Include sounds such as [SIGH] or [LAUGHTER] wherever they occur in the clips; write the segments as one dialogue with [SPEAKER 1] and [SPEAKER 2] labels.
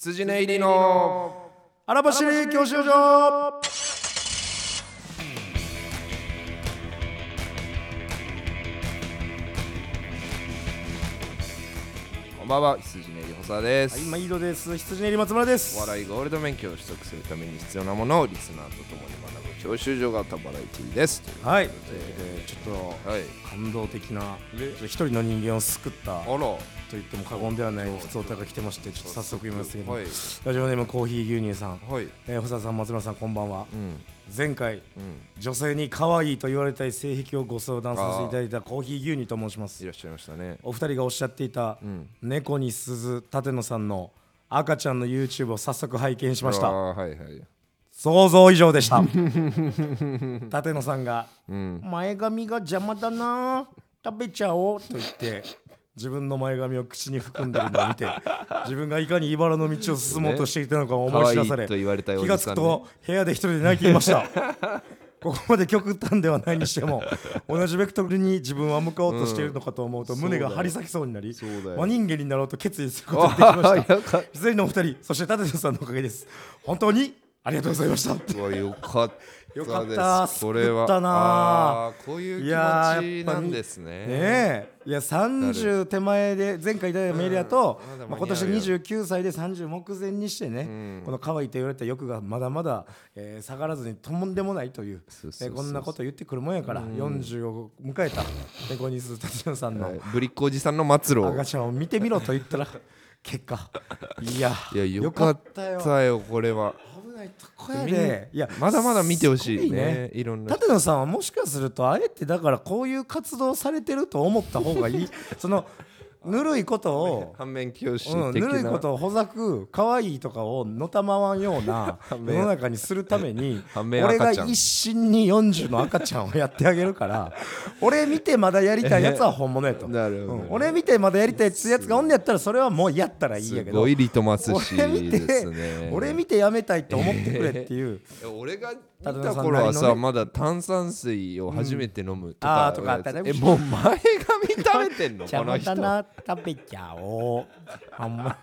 [SPEAKER 1] 羊ね入りの
[SPEAKER 2] 荒走り教習所
[SPEAKER 1] こんばんは羊ね入り細田です、
[SPEAKER 2] はい、毎度です。羊練り松村です。
[SPEAKER 1] お笑いゴールド免許を取得するために必要なものをリスナーと共に学ぶ教習所型バラエティです
[SPEAKER 2] はい、ということで、ちょっ
[SPEAKER 1] はい
[SPEAKER 2] と感動的な、
[SPEAKER 1] え
[SPEAKER 2] ちょっと一人の人間を救った
[SPEAKER 1] あ
[SPEAKER 2] と
[SPEAKER 1] らは
[SPEAKER 2] 言っても過言ではない普通歌が来てまして、ちょっと早速言いますけど、
[SPEAKER 1] はい
[SPEAKER 2] ラジオネームコーヒー牛乳さん、
[SPEAKER 1] い
[SPEAKER 2] えー、細田さん、松村さん、こんばんは。
[SPEAKER 1] うん
[SPEAKER 2] 前回、
[SPEAKER 1] うん
[SPEAKER 2] 女性に可愛いと言われたい性癖をご相談させていただいたコーヒー牛乳と申しま
[SPEAKER 1] い
[SPEAKER 2] す。
[SPEAKER 1] らっしゃいましたね
[SPEAKER 2] お二人がおっしゃっていた、
[SPEAKER 1] ん
[SPEAKER 2] 猫に鈴立野さんの赤ちゃんの YouTube を早速拝見しました。
[SPEAKER 1] あーはいはい
[SPEAKER 2] 想像以上でし
[SPEAKER 1] [LAUGHS]
[SPEAKER 2] た舘野さんが、
[SPEAKER 1] ん
[SPEAKER 2] 前髪が邪魔だな食べちゃおう」と言って自分の前髪を口に含んでるのを
[SPEAKER 1] [LAUGHS]
[SPEAKER 2] 見て自分がいかに茨の道を進もうとしていたのかを思い知らされ、
[SPEAKER 1] 可愛いと言われたいお
[SPEAKER 2] 気
[SPEAKER 1] じ
[SPEAKER 2] がつ
[SPEAKER 1] さんね
[SPEAKER 2] くと部屋で一人で泣いていました [LAUGHS] ここまで極端ではないにしても同じベクトルに自分は向かおうとしているのかと思うと、胸が張り裂きそうになり
[SPEAKER 1] そうだよ
[SPEAKER 2] 真人間になろうと決意することができま
[SPEAKER 1] [LAUGHS] あ
[SPEAKER 2] し
[SPEAKER 1] ー
[SPEAKER 2] た
[SPEAKER 1] よ。かっ
[SPEAKER 2] 出演のお二人そして舘野さんのおかげです本当にありがとうございました
[SPEAKER 1] た [LAUGHS] わよかったです
[SPEAKER 2] よかった
[SPEAKER 1] これは
[SPEAKER 2] 救ったなあ
[SPEAKER 1] あーこういう
[SPEAKER 2] い
[SPEAKER 1] 気
[SPEAKER 2] や
[SPEAKER 1] 持
[SPEAKER 2] ー
[SPEAKER 1] ち
[SPEAKER 2] やっ
[SPEAKER 1] な
[SPEAKER 2] ぱり
[SPEAKER 1] んですね
[SPEAKER 2] ねえいや30手前で前回いただいたメールやと、
[SPEAKER 1] うんまだ間に合うよ
[SPEAKER 2] まあ、今年29歳で30目前にしてね、この可愛いと言われた欲がまだまだ、えー下がらずにとんでもないという
[SPEAKER 1] そうそうそう
[SPEAKER 2] えーこんなこと言ってくるもんやから、40を迎えた猫ニス達也さん
[SPEAKER 1] はい
[SPEAKER 2] の
[SPEAKER 1] ぶりっ子おじさんの末路
[SPEAKER 2] 赤ちゃんを見てみろと言っ
[SPEAKER 1] [LAUGHS]
[SPEAKER 2] たら結果いや
[SPEAKER 1] いやよかったよこれは
[SPEAKER 2] 危ないとこや
[SPEAKER 1] みんな
[SPEAKER 2] でいや
[SPEAKER 1] まだまだ見てほしい
[SPEAKER 2] すご
[SPEAKER 1] ねいろんな人
[SPEAKER 2] 舘野さんはもしかするとあえてだからこういう活動されてると思った方
[SPEAKER 1] [LAUGHS]
[SPEAKER 2] がいいそのぬるいことを、
[SPEAKER 1] 反面教師的な、
[SPEAKER 2] うん、ぬるいことをほざく可愛いとかをのたまわんような
[SPEAKER 1] [LAUGHS]
[SPEAKER 2] 世
[SPEAKER 1] 面
[SPEAKER 2] の中にするた
[SPEAKER 1] [LAUGHS]
[SPEAKER 2] めに
[SPEAKER 1] 反面
[SPEAKER 2] 俺
[SPEAKER 1] 赤ちゃん
[SPEAKER 2] が一心に40の赤ちゃんをやってあげるから
[SPEAKER 1] [LAUGHS]
[SPEAKER 2] 俺見てまだやりたいやつは本物やと、
[SPEAKER 1] なるほど
[SPEAKER 2] うん俺見てまだやりたいやつがおんねやったらそれはもうやったらいいや
[SPEAKER 1] す
[SPEAKER 2] けど
[SPEAKER 1] ごいリトマス
[SPEAKER 2] 俺
[SPEAKER 1] 紙
[SPEAKER 2] 見
[SPEAKER 1] です
[SPEAKER 2] て
[SPEAKER 1] ね
[SPEAKER 2] 俺見てやめたいと思ってくれっていう。
[SPEAKER 1] いや俺が
[SPEAKER 2] 田
[SPEAKER 1] 見
[SPEAKER 2] 中
[SPEAKER 1] た
[SPEAKER 2] さんなりのね
[SPEAKER 1] 頃はさ、まだ炭酸水を初めて飲むと
[SPEAKER 2] うん
[SPEAKER 1] か、
[SPEAKER 2] あーとかあったね
[SPEAKER 1] えもう前髪食べて
[SPEAKER 2] [LAUGHS]
[SPEAKER 1] んのこの人
[SPEAKER 2] な食べちゃおうあん
[SPEAKER 1] [LAUGHS]
[SPEAKER 2] ま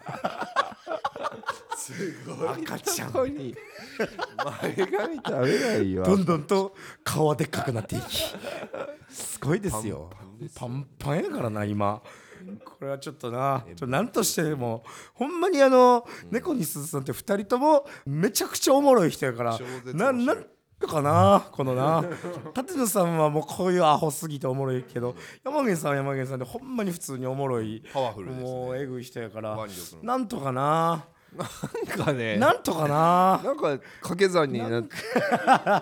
[SPEAKER 2] 赤ちゃん
[SPEAKER 1] ここに前髪食べないよ
[SPEAKER 2] どんどんと顔はでっかくなっていきすごいですよパンパンやからな今これはちょっとなちょっとなんとしてでもほんまにあの猫にすずさんって2人ともめちゃくちゃおもろい人やから
[SPEAKER 1] 超絶面
[SPEAKER 2] な
[SPEAKER 1] 白い
[SPEAKER 2] なんとかなこのな舘野さんはもうこういうアホすぎておもろいけど山源さんは山源さんでほんまに普通におもろい
[SPEAKER 1] パワフルですね
[SPEAKER 2] もうえぐい人やから
[SPEAKER 1] 腕力の
[SPEAKER 2] なんとかな
[SPEAKER 1] なんかね
[SPEAKER 2] なんとかな
[SPEAKER 1] なんか掛け算になって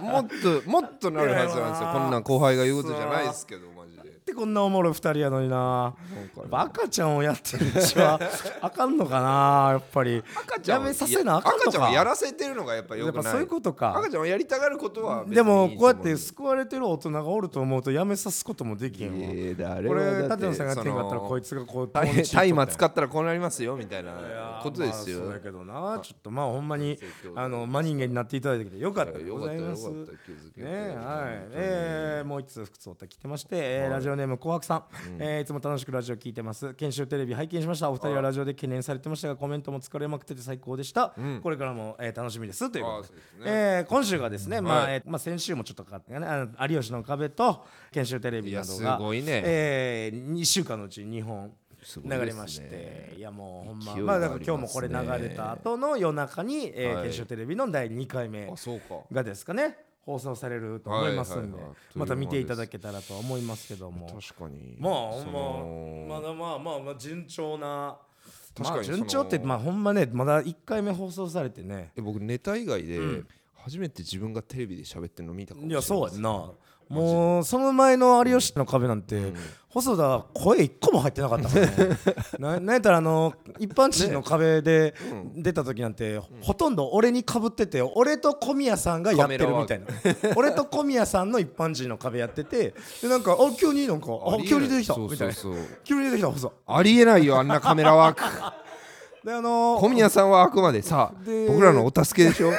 [SPEAKER 1] もっともっとなるはずなんですよこんなん後輩が言うことじゃないですけどマジで
[SPEAKER 2] ってこんなおもろい2人やのにな
[SPEAKER 1] なんかね
[SPEAKER 2] 赤ちゃんをやってるうち
[SPEAKER 1] [LAUGHS]
[SPEAKER 2] はあかんのかなやっぱり
[SPEAKER 1] 赤ちゃんを
[SPEAKER 2] やめさせなあかんのか
[SPEAKER 1] 赤ちゃんをやらせてるのがやっぱよ
[SPEAKER 2] やっ
[SPEAKER 1] くな
[SPEAKER 2] ぱ
[SPEAKER 1] い
[SPEAKER 2] そういうことか
[SPEAKER 1] 赤ちゃんをやりたがることは別にいい
[SPEAKER 2] でもこうやっ
[SPEAKER 1] と思
[SPEAKER 2] て救われてる大人がおると思うとやめさすこともできへんわ
[SPEAKER 1] いや誰
[SPEAKER 2] こ
[SPEAKER 1] もだって
[SPEAKER 2] れ舘野さんがやってんかったら
[SPEAKER 1] その
[SPEAKER 2] こいつがこう
[SPEAKER 1] 大変大麻使
[SPEAKER 2] っ
[SPEAKER 1] ったらこうなりますよみたいなことですよ。
[SPEAKER 2] そうだけどなちょっとまあほんまに
[SPEAKER 1] 教だ
[SPEAKER 2] あの真人間になっていただいてよかったで
[SPEAKER 1] よ
[SPEAKER 2] ご
[SPEAKER 1] かっ
[SPEAKER 2] ざ
[SPEAKER 1] た
[SPEAKER 2] い
[SPEAKER 1] よかっ
[SPEAKER 2] ま
[SPEAKER 1] た
[SPEAKER 2] すね
[SPEAKER 1] 気づけて。
[SPEAKER 2] はい、えーもう一通副通って来てまして、えーラジオネーム紅白さん、えーいつも楽しくラジオ聞いてます研修テレビ拝見しましたお二人はラジオで懸念されてましたがコメントも疲れまくってて最高でした、これからも、えー楽しみですという
[SPEAKER 1] あー
[SPEAKER 2] ことで
[SPEAKER 1] そうですね
[SPEAKER 2] えー今週がですね、まあ
[SPEAKER 1] はい
[SPEAKER 2] えーまあ、先週もちょっとかかったかねあの有吉の壁と研修テレビなど
[SPEAKER 1] いや
[SPEAKER 2] が
[SPEAKER 1] すごいね
[SPEAKER 2] え2週間のうちに2本
[SPEAKER 1] すごいです
[SPEAKER 2] 流
[SPEAKER 1] ね
[SPEAKER 2] れましてい,、やもうほんま
[SPEAKER 1] 勢い
[SPEAKER 2] まあ
[SPEAKER 1] が
[SPEAKER 2] だ
[SPEAKER 1] あ
[SPEAKER 2] から
[SPEAKER 1] り
[SPEAKER 2] 今日もこれ流
[SPEAKER 1] ますね
[SPEAKER 2] れた後の夜中に、えー
[SPEAKER 1] はい
[SPEAKER 2] 研修テレビの第2回目
[SPEAKER 1] あそうか。
[SPEAKER 2] がですかね放送されると思いますん
[SPEAKER 1] はい
[SPEAKER 2] で、
[SPEAKER 1] はいはい
[SPEAKER 2] また見ていただけたらとは思いますけども
[SPEAKER 1] 確かに。
[SPEAKER 2] まあ
[SPEAKER 1] そ
[SPEAKER 2] ほん
[SPEAKER 1] の
[SPEAKER 2] ままだまあまあまあ順調な
[SPEAKER 1] 確かに
[SPEAKER 2] まあ順調って
[SPEAKER 1] その
[SPEAKER 2] まあほんまねまだ1回目放送されてね
[SPEAKER 1] え僕ネタ以外で初めて自分がテレビで喋ってるの見たかもしれ
[SPEAKER 2] い
[SPEAKER 1] な
[SPEAKER 2] や
[SPEAKER 1] い。
[SPEAKER 2] そうやんなもうその前の有吉の壁なんて、細田声一個も入ってなかったからねな [LAUGHS] なんやったらあの一般人の壁で出た時なんて、ほとんど俺にかぶってて俺と小宮さんがやってるみたいな俺と小宮さんの一般人の壁やっててでなんかあ急になんかあ
[SPEAKER 1] ありえない
[SPEAKER 2] 急に出てきた
[SPEAKER 1] そう
[SPEAKER 2] みたいな
[SPEAKER 1] そうそう
[SPEAKER 2] 急に出てきた細田
[SPEAKER 1] ありえないよあんなカメラ [LAUGHS] ワーク。
[SPEAKER 2] であの
[SPEAKER 1] 小宮さんはあくまでさ
[SPEAKER 2] で
[SPEAKER 1] 僕らのお助けでしょ。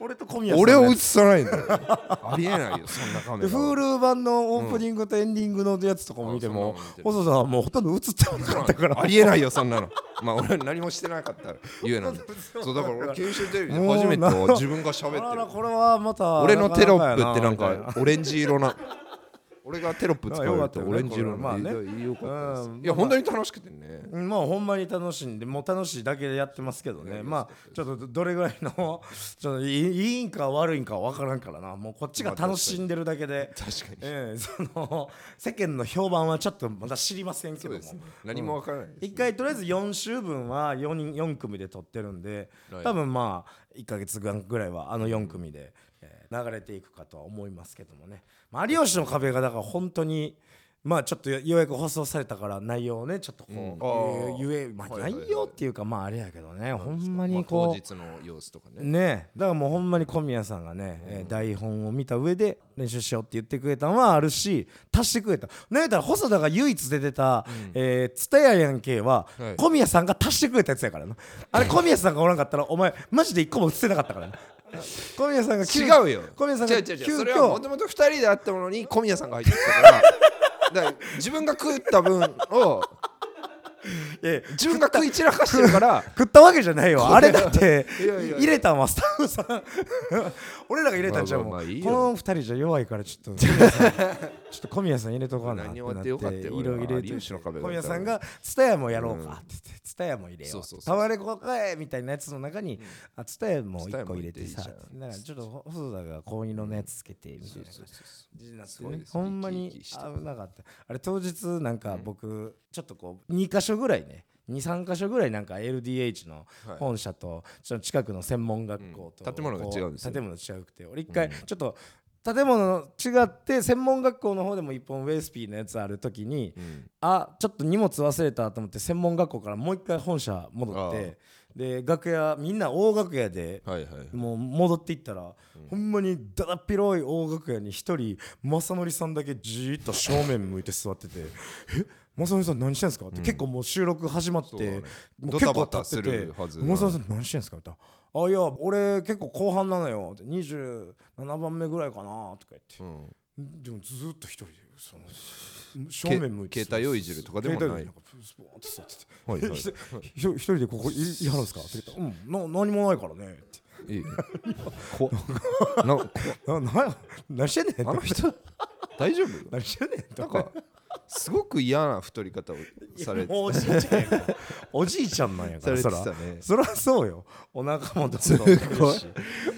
[SPEAKER 2] 俺と小宮さん
[SPEAKER 1] 俺を
[SPEAKER 2] で
[SPEAKER 1] 映さないんだよありえないよそんなカメラは
[SPEAKER 2] Hulu 版のオープニングとエンディングのやつとかも見ても
[SPEAKER 1] あそんなの見てる
[SPEAKER 2] 細田はもうほとんど映ってなかったから
[SPEAKER 1] ありえないよそんなのまあ俺は何もしてなかったらゆえなんでそうだから俺九州テレビで初めて
[SPEAKER 2] もうな
[SPEAKER 1] 自分が喋っ
[SPEAKER 2] あ
[SPEAKER 1] て
[SPEAKER 2] ら
[SPEAKER 1] る
[SPEAKER 2] これはまた
[SPEAKER 1] 俺のテロップってなん
[SPEAKER 2] みたい
[SPEAKER 1] かオレンジ色な俺がテロップ使
[SPEAKER 2] あよか
[SPEAKER 1] う
[SPEAKER 2] った
[SPEAKER 1] と
[SPEAKER 2] よね
[SPEAKER 1] オレンジ色
[SPEAKER 2] これは
[SPEAKER 1] の
[SPEAKER 2] まあ
[SPEAKER 1] いやよかったです
[SPEAKER 2] うん
[SPEAKER 1] いや本当に楽しくてね
[SPEAKER 2] うんまあほんまに楽しんでもう楽しいだけでやってますけどねまあちょっとどどれぐらいの [LAUGHS] ちょっといいいいんか悪いんか分からんからなもうこっちが楽しんでるだけで、
[SPEAKER 1] 確かに
[SPEAKER 2] ええその世間の評判はちょっとまだ知りませんけ
[SPEAKER 1] そう
[SPEAKER 2] ども
[SPEAKER 1] ですね何もわからないです
[SPEAKER 2] 一回とりあえず4週分は 4, 4組で撮ってるんで
[SPEAKER 1] はい
[SPEAKER 2] 多分まあ1か月ぐらいはあの4組でえー流れていくかとは思いますけどもね、まあ、有吉の壁がだから本当にまあちょっとよようやく放送されたから内容をねちょっとこ
[SPEAKER 1] うんあ
[SPEAKER 2] う
[SPEAKER 1] ー
[SPEAKER 2] ゆえ、ゆえまあ、
[SPEAKER 1] はいはいはい
[SPEAKER 2] 内容っていうかまああれやけどねほんま
[SPEAKER 1] ま
[SPEAKER 2] に
[SPEAKER 1] あ
[SPEAKER 2] こ
[SPEAKER 1] 当
[SPEAKER 2] う。
[SPEAKER 1] 日の様子とかね
[SPEAKER 2] ねだからもうほんまに小宮さんがね、えー台本を見た上で練習しようって言ってくれたのはあるし足してくれたなんやったら細田が唯一出てた「えー蔦屋やんけ」は
[SPEAKER 1] はい
[SPEAKER 2] 小宮さんが足してくれたやつやからなあれ小宮さんがおらんかったらお前マジで一個も映せなかったから
[SPEAKER 1] [LAUGHS]
[SPEAKER 2] な小宮さんが急
[SPEAKER 1] 違うよ
[SPEAKER 2] 小宮さんが
[SPEAKER 1] 違う
[SPEAKER 2] 急
[SPEAKER 1] 違う違うそれはも
[SPEAKER 2] 遽
[SPEAKER 1] ともと2人で会ったものに小宮さんが入ってき
[SPEAKER 2] [LAUGHS]
[SPEAKER 1] たからだから自分が食った分を
[SPEAKER 2] え
[SPEAKER 1] 自分が食い散らかしてるから
[SPEAKER 2] 食ったわけじゃないよあれだって
[SPEAKER 1] いやいやいや
[SPEAKER 2] 入れたんはスタッフさん [LAUGHS] 俺らが入れたんじゃうもん、
[SPEAKER 1] まあまあまあいいよ
[SPEAKER 2] この二人じゃ弱いからちょっと小宮さんち [LAUGHS] ょっと小宮さん入れとこうなって
[SPEAKER 1] 何
[SPEAKER 2] な
[SPEAKER 1] 終わ
[SPEAKER 2] っ
[SPEAKER 1] っててよかったよ
[SPEAKER 2] いろい
[SPEAKER 1] 俺
[SPEAKER 2] ろ
[SPEAKER 1] は
[SPEAKER 2] 入れて
[SPEAKER 1] 有吉の壁だっ
[SPEAKER 2] 小
[SPEAKER 1] たら
[SPEAKER 2] 宮さんが「ツタヤもやろうか」って言って「ツタヤも入れよ
[SPEAKER 1] そううそう」そう
[SPEAKER 2] タワレコかい」みたいなやつの中に「あツタヤも一個入れてさ
[SPEAKER 1] 蔦屋も入れていい」
[SPEAKER 2] なんかちょっと細田が紺色のやつつけてみたいな感じ
[SPEAKER 1] すごいです
[SPEAKER 2] ほんま
[SPEAKER 1] 生
[SPEAKER 2] に
[SPEAKER 1] き生きして
[SPEAKER 2] 危なかったあれ当日なんか僕ちょっとこう2箇所ぐらいね23箇所ぐらいなんか LDH の
[SPEAKER 1] はい
[SPEAKER 2] 本社とその近くの専門学校と、
[SPEAKER 1] うん建物が違うんですよ
[SPEAKER 2] 建物違くて俺一回ちょっと建物違って専門学校の方でも一本ウェイスピーのやつある時に、
[SPEAKER 1] うん
[SPEAKER 2] あちょっと荷物忘れたと思って専門学校からもう一回本社戻ってで楽屋みんな大楽屋で
[SPEAKER 1] はいはい
[SPEAKER 2] もう戻っていったら、ほんまにだだっ広い大楽屋に一人正則さんだけじーっと正面向いて座ってて「え正則さん何してんすか?」って、結構もう収録始まっ
[SPEAKER 1] そうだ
[SPEAKER 2] て、
[SPEAKER 1] ね
[SPEAKER 2] もう
[SPEAKER 1] ド
[SPEAKER 2] 結構
[SPEAKER 1] タバタ
[SPEAKER 2] 経っ
[SPEAKER 1] す
[SPEAKER 2] てて
[SPEAKER 1] るはず
[SPEAKER 2] 正則さん何してんすか?」って言ったら「あいや俺結構後半なのよ」って27番目ぐらいかな」とか言って、
[SPEAKER 1] うん
[SPEAKER 2] でもずーっと一人でその正面向いて
[SPEAKER 1] け携帯をいじるとかでもない
[SPEAKER 2] 携帯んかスポーンって座ってて
[SPEAKER 1] はいはい
[SPEAKER 2] えひと [LAUGHS] ひと一人で
[SPEAKER 1] [LAUGHS]
[SPEAKER 2] ここいいはるんすか?」って言ったら「うんな何もないからね」って。
[SPEAKER 1] いいね
[SPEAKER 2] [LAUGHS]
[SPEAKER 1] [LAUGHS] こなこ
[SPEAKER 2] なな何してんねん
[SPEAKER 1] あの人大丈夫
[SPEAKER 2] 何してんねん
[SPEAKER 1] [LAUGHS]
[SPEAKER 2] と
[SPEAKER 1] なんかすごく嫌な太り方をされて
[SPEAKER 2] おじいちゃんやからおじいちゃんなんやから
[SPEAKER 1] さ
[SPEAKER 2] そ
[SPEAKER 1] れ
[SPEAKER 2] ら
[SPEAKER 1] てたね
[SPEAKER 2] そらそうよお腹もどんどん出るし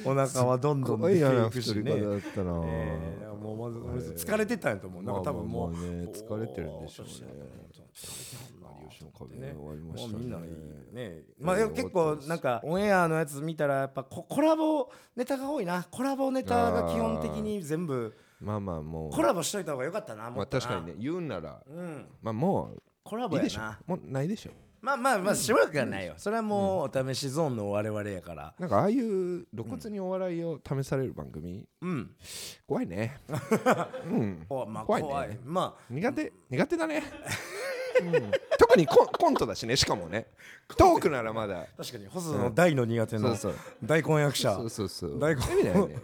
[SPEAKER 2] お腹はどん
[SPEAKER 1] す
[SPEAKER 2] どん
[SPEAKER 1] ご
[SPEAKER 2] 出
[SPEAKER 1] い嫌
[SPEAKER 2] て
[SPEAKER 1] ない
[SPEAKER 2] く
[SPEAKER 1] 太
[SPEAKER 2] し
[SPEAKER 1] り
[SPEAKER 2] ね
[SPEAKER 1] 方だったな
[SPEAKER 2] えーだからもうまずまず疲れてたんやと思うなんか多分もう
[SPEAKER 1] まあまあまあね疲れてるんでしょうね
[SPEAKER 2] 有
[SPEAKER 1] 吉の壁ね終わりましたね
[SPEAKER 2] みんないいねまあでも結構なんかオンエアのやつ見たらやっぱココラボネタが多いなコラボネタが基本的に全部
[SPEAKER 1] まあまあもう
[SPEAKER 2] コラボしといた方が良かったなも
[SPEAKER 1] まあ
[SPEAKER 2] っとな
[SPEAKER 1] 確かにね言うなら
[SPEAKER 2] うん
[SPEAKER 1] まあもう
[SPEAKER 2] コラ
[SPEAKER 1] い
[SPEAKER 2] ボ
[SPEAKER 1] い
[SPEAKER 2] や
[SPEAKER 1] でしょ
[SPEAKER 2] な
[SPEAKER 1] もうないでしょ
[SPEAKER 2] まあまあまあしばらくはないよそれはもうお試しゾーンの我々やから
[SPEAKER 1] なんかああいう露骨にお笑いを試される番組、
[SPEAKER 2] うん
[SPEAKER 1] 怖い
[SPEAKER 2] [LAUGHS]
[SPEAKER 1] ね
[SPEAKER 2] おまあ怖
[SPEAKER 1] 怖
[SPEAKER 2] い
[SPEAKER 1] いね
[SPEAKER 2] まあ
[SPEAKER 1] 苦手苦手だね、うん特にコンコントだしねしかもねトークならまだ
[SPEAKER 2] 確かに細田の大の苦手
[SPEAKER 1] そ
[SPEAKER 2] な
[SPEAKER 1] うそう
[SPEAKER 2] 大根役者
[SPEAKER 1] そうそうそう
[SPEAKER 2] 大根
[SPEAKER 1] 意味ないよね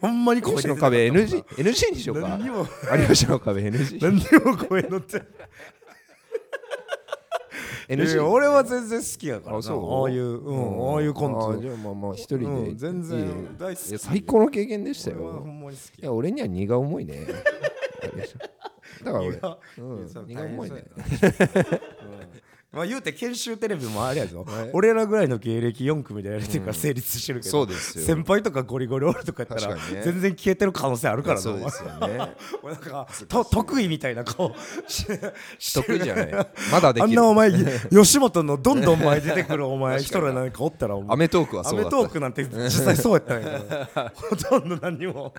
[SPEAKER 2] ほんまに
[SPEAKER 1] 有
[SPEAKER 2] 声
[SPEAKER 1] 吉の
[SPEAKER 2] 出てなかった
[SPEAKER 1] 壁 NG, NG にしようか
[SPEAKER 2] 何にも
[SPEAKER 1] 有吉の壁 NG
[SPEAKER 2] 何にも声 [LAUGHS] 乗ってないいやい
[SPEAKER 1] NG
[SPEAKER 2] や俺は全然好きやから
[SPEAKER 1] あ
[SPEAKER 2] な
[SPEAKER 1] そう
[SPEAKER 2] ああいううんああいうコン
[SPEAKER 1] あ
[SPEAKER 2] ト
[SPEAKER 1] じゃあまあまあ一人で、
[SPEAKER 2] うん全然
[SPEAKER 1] いいよ
[SPEAKER 2] 大好き
[SPEAKER 1] いや最高の経験でした
[SPEAKER 2] 俺はほ
[SPEAKER 1] よ
[SPEAKER 2] んまに好
[SPEAKER 1] い
[SPEAKER 2] き
[SPEAKER 1] や俺には荷が重いねだから俺うん荷
[SPEAKER 2] いや
[SPEAKER 1] が重いね
[SPEAKER 2] まあ言うて研修テレビもあれやぞ
[SPEAKER 1] はい
[SPEAKER 2] 俺らぐらいの芸歴4組でやれてるから成立してるけど、
[SPEAKER 1] そうですよ
[SPEAKER 2] 先輩とかゴリゴリおるとかやった
[SPEAKER 1] 確
[SPEAKER 2] ら
[SPEAKER 1] かにね
[SPEAKER 2] 全然消えてる可能性あるからな
[SPEAKER 1] そうですよね
[SPEAKER 2] 俺 [LAUGHS] なんかと得意みたいな顔しし
[SPEAKER 1] [LAUGHS]
[SPEAKER 2] て
[SPEAKER 1] 得
[SPEAKER 2] る
[SPEAKER 1] 意じゃ
[SPEAKER 2] [LAUGHS]
[SPEAKER 1] ないまだで
[SPEAKER 2] あ
[SPEAKER 1] き
[SPEAKER 2] ん
[SPEAKER 1] る
[SPEAKER 2] なお前吉本のどんどん前出てくる
[SPEAKER 1] [LAUGHS]
[SPEAKER 2] お前人らなんかおったらお前
[SPEAKER 1] アメトークはそうだった
[SPEAKER 2] アメトークなんて実
[SPEAKER 1] [LAUGHS]
[SPEAKER 2] 際そうやったんやからほとんど何にも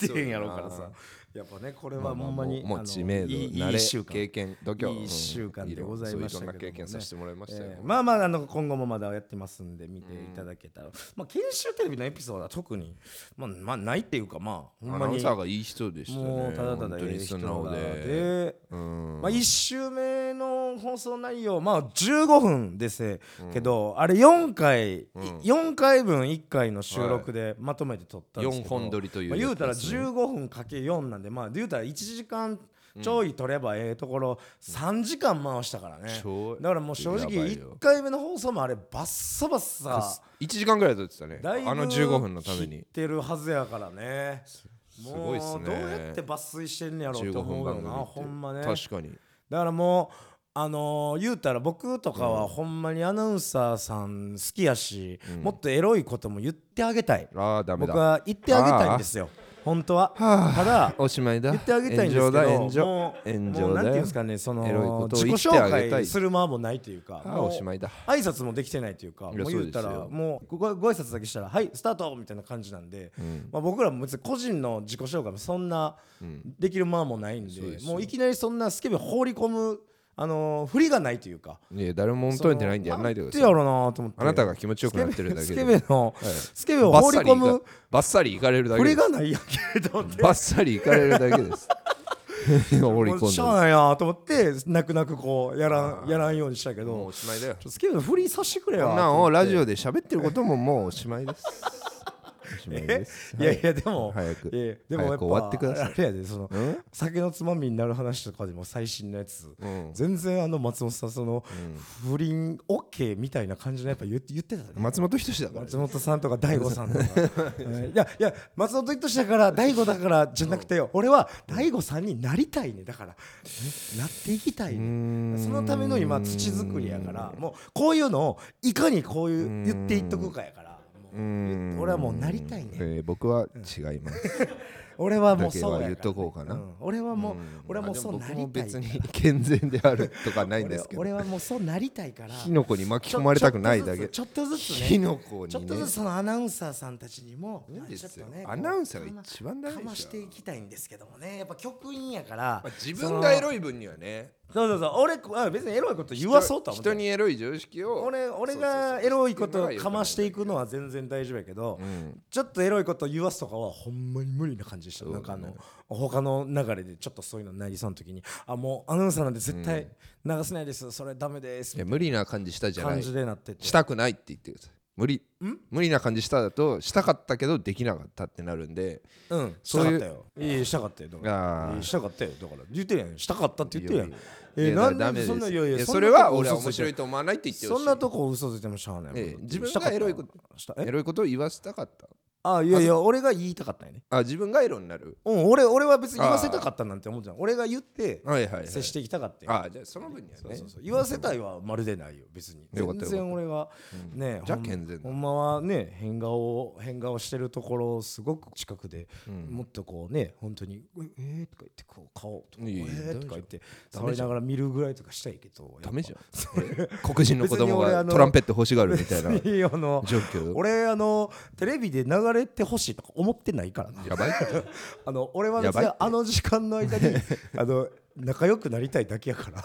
[SPEAKER 2] 出てへんやろうからさやっぱねこれはほんまに
[SPEAKER 1] もう
[SPEAKER 2] あの
[SPEAKER 1] 知名度
[SPEAKER 2] いい
[SPEAKER 1] 慣
[SPEAKER 2] い
[SPEAKER 1] れ
[SPEAKER 2] い週間
[SPEAKER 1] 経験度胸
[SPEAKER 2] いい週間でございました
[SPEAKER 1] そうい
[SPEAKER 2] けどもね
[SPEAKER 1] ろんな経験させてもらいましたよ、
[SPEAKER 2] えーまあまああの今後もまだやってますんで見ていただけたら、まあ研修テレビのエピソードは特にまあ、まあ、ないっていうかま
[SPEAKER 1] ア
[SPEAKER 2] あほん
[SPEAKER 1] ナ
[SPEAKER 2] ま
[SPEAKER 1] ウン
[SPEAKER 2] に
[SPEAKER 1] サーがいい人でしたね
[SPEAKER 2] もうただただ
[SPEAKER 1] 本当
[SPEAKER 2] ええ
[SPEAKER 1] に
[SPEAKER 2] 人
[SPEAKER 1] 素
[SPEAKER 2] なの
[SPEAKER 1] 直
[SPEAKER 2] で
[SPEAKER 1] でうん
[SPEAKER 2] まあ、1周目の放送内容まあ15分ですけど、あれ4回、4回分1回の収録でまとめて撮ったんですけど、
[SPEAKER 1] 四本撮りという
[SPEAKER 2] まあ、言うたら
[SPEAKER 1] やつですね
[SPEAKER 2] 15分かけ4なんでまあ言うたら1時間ちょい撮ればええところ3時間回したからね、
[SPEAKER 1] ちょい
[SPEAKER 2] だからもう正直
[SPEAKER 1] やばいよ
[SPEAKER 2] 1回目の放送もあれバッサバッサ
[SPEAKER 1] 1時間ぐらい撮ってたね
[SPEAKER 2] だいぶ
[SPEAKER 1] あの15分のため
[SPEAKER 2] 切っ
[SPEAKER 1] に
[SPEAKER 2] てるはずやからね
[SPEAKER 1] すごいっすね
[SPEAKER 2] もうどうやって抜粋してんねやろうって
[SPEAKER 1] 15
[SPEAKER 2] 思
[SPEAKER 1] 分
[SPEAKER 2] うよ
[SPEAKER 1] 番組
[SPEAKER 2] な
[SPEAKER 1] って
[SPEAKER 2] ほんまね
[SPEAKER 1] 確かに
[SPEAKER 2] だからもうあのー言うたら僕とかはほんまにアナウンサーさん好きやし、もっとエロいことも言ってあげたい
[SPEAKER 1] ああダメ
[SPEAKER 2] 僕
[SPEAKER 1] だ
[SPEAKER 2] は言ってあげたいんですよ本当はただ
[SPEAKER 1] おしまいだ
[SPEAKER 2] 言ってあげたいんですけど
[SPEAKER 1] 炎上
[SPEAKER 2] もう
[SPEAKER 1] だ炎
[SPEAKER 2] も
[SPEAKER 1] 上
[SPEAKER 2] う
[SPEAKER 1] 炎上だ
[SPEAKER 2] なんていうん
[SPEAKER 1] よ
[SPEAKER 2] ですかねその
[SPEAKER 1] エロいことを
[SPEAKER 2] 自己
[SPEAKER 1] 言って
[SPEAKER 2] 紹
[SPEAKER 1] あげた
[SPEAKER 2] 介
[SPEAKER 1] い
[SPEAKER 2] する間もないというか
[SPEAKER 1] あー
[SPEAKER 2] もう
[SPEAKER 1] おしまいだ
[SPEAKER 2] 挨拶もできてないというか
[SPEAKER 1] いや
[SPEAKER 2] もう言うた
[SPEAKER 1] そうです
[SPEAKER 2] ら
[SPEAKER 1] よ
[SPEAKER 2] もうごご挨拶だけしたら「はいスタート!」みたいな感じなんで、まあ、僕らも別に個人の自己紹介もそんなできる間もないんで,、
[SPEAKER 1] そうですよ
[SPEAKER 2] もういきなりそんなスケベ放り込む、あのー振りがないというか。
[SPEAKER 1] いや誰も求めてないんでやらないでくだ
[SPEAKER 2] んて
[SPEAKER 1] さ
[SPEAKER 2] や
[SPEAKER 1] い
[SPEAKER 2] ろうなと思って
[SPEAKER 1] あなたが気持ちよくなってるだけ
[SPEAKER 2] ス
[SPEAKER 1] で
[SPEAKER 2] ケベの、スケベを
[SPEAKER 1] バ
[SPEAKER 2] 放
[SPEAKER 1] ッ
[SPEAKER 2] り
[SPEAKER 1] サリ
[SPEAKER 2] 込
[SPEAKER 1] いか
[SPEAKER 2] む
[SPEAKER 1] バッサリ行かれるだ
[SPEAKER 2] 振
[SPEAKER 1] け
[SPEAKER 2] り
[SPEAKER 1] です
[SPEAKER 2] がないやんけどって
[SPEAKER 1] バッサリ行かれるだけです
[SPEAKER 2] [LAUGHS]
[SPEAKER 1] 放り
[SPEAKER 2] もうしゃ
[SPEAKER 1] 込ん
[SPEAKER 2] あ
[SPEAKER 1] で
[SPEAKER 2] ないなと思って泣く泣くこうやらんやらんようにしたけど
[SPEAKER 1] もうおしまいだよ
[SPEAKER 2] ちょっとスケベの振りさせてくれよ
[SPEAKER 1] こんなんをラジオで喋ってることももうおしまいです。 [LAUGHS] おしまいです。
[SPEAKER 2] いやいやでも、
[SPEAKER 1] 早く
[SPEAKER 2] いやでもやっ
[SPEAKER 1] 早
[SPEAKER 2] ぱ
[SPEAKER 1] く終わってください
[SPEAKER 2] あれやでその
[SPEAKER 1] ん
[SPEAKER 2] 酒のつまみになる話とかでも最新のやつ、
[SPEAKER 1] ん
[SPEAKER 2] 全然あの松本さんその、不倫 OK みたいな感じのやっぱ言って言ってたね
[SPEAKER 1] 松本人志だからね
[SPEAKER 2] 松本さんとか大悟さんとかえーいやいや松本人志だから大悟だからじゃなくてよ俺は大悟さんになりたいねだからねなっていきたいねそのための今土作りやからもうこういうのをいかにこういう言っていっとくかやからもう言って俺はもうなりたいね
[SPEAKER 1] えー僕は違います。
[SPEAKER 2] 俺はも
[SPEAKER 1] だ
[SPEAKER 2] う
[SPEAKER 1] け
[SPEAKER 2] そうや
[SPEAKER 1] は
[SPEAKER 2] から
[SPEAKER 1] 言っとこうかな。
[SPEAKER 2] うん俺はもう俺はもう
[SPEAKER 1] あで
[SPEAKER 2] そうな
[SPEAKER 1] 僕
[SPEAKER 2] り
[SPEAKER 1] も
[SPEAKER 2] たい
[SPEAKER 1] 別に健全であるとかないんですけど
[SPEAKER 2] 俺。は俺はもうそうなりた
[SPEAKER 1] [LAUGHS]
[SPEAKER 2] いから
[SPEAKER 1] 火の粉に巻き込まれたくないだけ。
[SPEAKER 2] ちょっとずつちょっとずつね
[SPEAKER 1] 火の粉にね。
[SPEAKER 2] ちょっとずつそのアナウンサーさんたちにも
[SPEAKER 1] いいで
[SPEAKER 2] ちょっ
[SPEAKER 1] す
[SPEAKER 2] と
[SPEAKER 1] よ
[SPEAKER 2] ね
[SPEAKER 1] アナウンサ
[SPEAKER 2] こ
[SPEAKER 1] ー
[SPEAKER 2] う
[SPEAKER 1] が一番大事
[SPEAKER 2] か
[SPEAKER 1] で
[SPEAKER 2] ますし
[SPEAKER 1] よ
[SPEAKER 2] ていきたいんですけどもねやっぱ局員やから
[SPEAKER 1] まあ自分がエロい分にはね。
[SPEAKER 2] そのそうそうそう俺あ別にエロいこと言わそうとは思っ
[SPEAKER 1] 人
[SPEAKER 2] てない
[SPEAKER 1] にエロい常識を。
[SPEAKER 2] 俺俺
[SPEAKER 1] そうそう
[SPEAKER 2] が
[SPEAKER 1] そう
[SPEAKER 2] エロいことかましていくのは全然大丈夫やけど、ちょっとエロいこと言わすとかはほんまに無理な感じでした、なんかあの他の流れでちょっとそういうのなりそうな時にあもうアナウンサーなんて絶対流せないです、それダメです
[SPEAKER 1] いや
[SPEAKER 2] み
[SPEAKER 1] 無理な感じしたじ
[SPEAKER 2] たい
[SPEAKER 1] ゃ
[SPEAKER 2] な
[SPEAKER 1] な
[SPEAKER 2] 感
[SPEAKER 1] い。
[SPEAKER 2] じでなってて
[SPEAKER 1] したくないって言ってください。無理無理な感じしただとしたかったけどできなかったってなるんで
[SPEAKER 2] うん、
[SPEAKER 1] そういう
[SPEAKER 2] したかったよ。いいしたかったよ。だから
[SPEAKER 1] あー
[SPEAKER 2] いいしたかったよ。だから言ってるやん。したかったって言ってるやん。
[SPEAKER 1] い
[SPEAKER 2] え
[SPEAKER 1] やだから
[SPEAKER 2] なんでそんないやいや
[SPEAKER 1] いや
[SPEAKER 2] んな
[SPEAKER 1] それは
[SPEAKER 2] とこ
[SPEAKER 1] 俺は
[SPEAKER 2] 嘘
[SPEAKER 1] 面
[SPEAKER 2] つて
[SPEAKER 1] 白いと思わないって言ってほしい
[SPEAKER 2] そんなとこ嘘ついてもしゃあないもん。
[SPEAKER 1] ええ自分が
[SPEAKER 2] したかった
[SPEAKER 1] エロいこと
[SPEAKER 2] した
[SPEAKER 1] エ
[SPEAKER 2] え
[SPEAKER 1] ロいことを言わせたかった
[SPEAKER 2] あいやいや俺が言いたかったんやね。
[SPEAKER 1] あ自分がエロになる
[SPEAKER 2] うん俺俺は別に言わせたかったなんて思うじゃん。俺が言って
[SPEAKER 1] はいはい、はい、
[SPEAKER 2] 接していきたかったんや。
[SPEAKER 1] あじゃあその分にはね
[SPEAKER 2] そうそう言わせたいはまるでないよ別に
[SPEAKER 1] よかった
[SPEAKER 2] 全然俺がね
[SPEAKER 1] じゃあ
[SPEAKER 2] ほん
[SPEAKER 1] 健全だ
[SPEAKER 2] ほんまはね変顔を変顔してるところをすごく近くでもっとこうね本当にう「えー」とか言ってこう顔とか「え
[SPEAKER 1] いやいや
[SPEAKER 2] ー」とか
[SPEAKER 1] ダメじゃん
[SPEAKER 2] 言って触りながら見るぐらいとかしたいけど
[SPEAKER 1] ダメじゃんえ黒人の子供
[SPEAKER 2] 別に俺あ
[SPEAKER 1] が
[SPEAKER 2] の
[SPEAKER 1] トランペット欲しがるみたい
[SPEAKER 2] [LAUGHS]
[SPEAKER 1] な
[SPEAKER 2] ゃんいいあの
[SPEAKER 1] 状況
[SPEAKER 2] 俺あのテレビで流れてほしいとか思ってないから
[SPEAKER 1] [LAUGHS]
[SPEAKER 2] な
[SPEAKER 1] やばい
[SPEAKER 2] あの俺は別
[SPEAKER 1] やばい
[SPEAKER 2] に
[SPEAKER 1] って
[SPEAKER 2] あの時間の
[SPEAKER 1] [LAUGHS]
[SPEAKER 2] 間にあの仲良くなりたいだけやから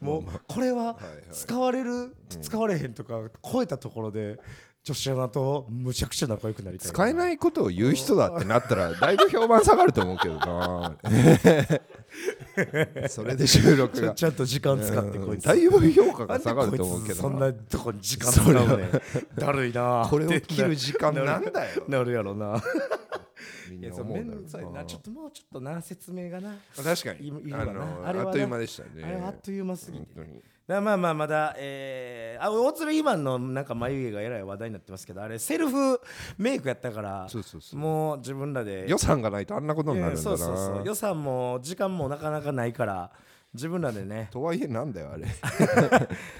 [SPEAKER 2] もうこれは使われる使われへんとか超えたところで女子アナとむちゃくちゃ仲良くなりたい
[SPEAKER 1] 使えないことを言う人だってなったらだいぶ評判下がると思うけど
[SPEAKER 2] [LAUGHS]
[SPEAKER 1] なそれで収録
[SPEAKER 2] ちゃ
[SPEAKER 1] が
[SPEAKER 2] ちゃんと時間使ってこいつ
[SPEAKER 1] だいぶ評価
[SPEAKER 2] な
[SPEAKER 1] が
[SPEAKER 2] ん
[SPEAKER 1] 下がる
[SPEAKER 2] で
[SPEAKER 1] と思
[SPEAKER 2] こ
[SPEAKER 1] う
[SPEAKER 2] い
[SPEAKER 1] け
[SPEAKER 2] つ
[SPEAKER 1] ど
[SPEAKER 2] そんなとこに時間使うねだるいな
[SPEAKER 1] これを切る時間なんだよ
[SPEAKER 2] なるやろな
[SPEAKER 1] み
[SPEAKER 2] い
[SPEAKER 1] ん
[SPEAKER 2] や
[SPEAKER 1] な
[SPEAKER 2] そう
[SPEAKER 1] 思う
[SPEAKER 2] 面
[SPEAKER 1] だろ
[SPEAKER 2] 倒
[SPEAKER 1] う
[SPEAKER 2] くさいなちょっともうちょっとな説明がな
[SPEAKER 1] 確かに
[SPEAKER 2] いいる
[SPEAKER 1] あ
[SPEAKER 2] わな
[SPEAKER 1] の
[SPEAKER 2] あ
[SPEAKER 1] あ
[SPEAKER 2] れはな
[SPEAKER 1] っという間でしたね
[SPEAKER 2] あれはあっという間すぎて、ね
[SPEAKER 1] 本当に、
[SPEAKER 2] だからまあまあまだ、えー、あ大鶴ひまんのなんか眉毛がえらい話題になってますけどあれセルフメイクやったから
[SPEAKER 1] そうそうそう
[SPEAKER 2] もう自分らで
[SPEAKER 1] 予算がないとあんなことになるんだ
[SPEAKER 2] うんそうそうそう
[SPEAKER 1] な
[SPEAKER 2] 予算も時間もなかなかないから自分らでね
[SPEAKER 1] とはいえなんだよ
[SPEAKER 2] [LAUGHS]
[SPEAKER 1] あれ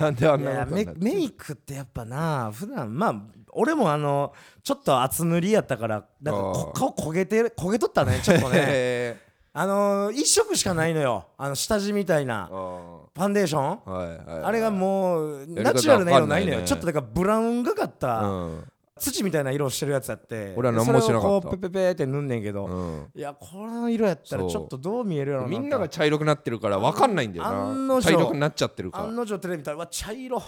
[SPEAKER 1] なんであん
[SPEAKER 2] い
[SPEAKER 1] な
[SPEAKER 2] や
[SPEAKER 1] ことにな
[SPEAKER 2] メ
[SPEAKER 1] って
[SPEAKER 2] メイクってやっぱな普段まあ俺もあのちょっと厚塗りやったからなんかこ
[SPEAKER 1] あー
[SPEAKER 2] 顔焦げてる焦げとったねちょっとね
[SPEAKER 1] え
[SPEAKER 2] あの一色しかないのよあの下地みたいな
[SPEAKER 1] ーあ
[SPEAKER 2] ファンデーション
[SPEAKER 1] ーはいはいはい
[SPEAKER 2] あれがもう
[SPEAKER 1] やり方
[SPEAKER 2] ナチュラルな色ない
[SPEAKER 1] わかんない
[SPEAKER 2] のよ
[SPEAKER 1] ね
[SPEAKER 2] ちょっとだからブラウンがかった
[SPEAKER 1] うん
[SPEAKER 2] 土みたいな色をしてるやつやって
[SPEAKER 1] 俺は何も知らなかった
[SPEAKER 2] それをこうペペペって塗んねんけど、
[SPEAKER 1] うん
[SPEAKER 2] いやこの色やったら
[SPEAKER 1] そう
[SPEAKER 2] ちょっとどう見えるやろうな
[SPEAKER 1] みんなが茶色くなってるから分かんないんだよ
[SPEAKER 2] 案
[SPEAKER 1] な
[SPEAKER 2] の定
[SPEAKER 1] 茶色くなっちゃってるから
[SPEAKER 2] 案の定テレビ見たらうわ茶色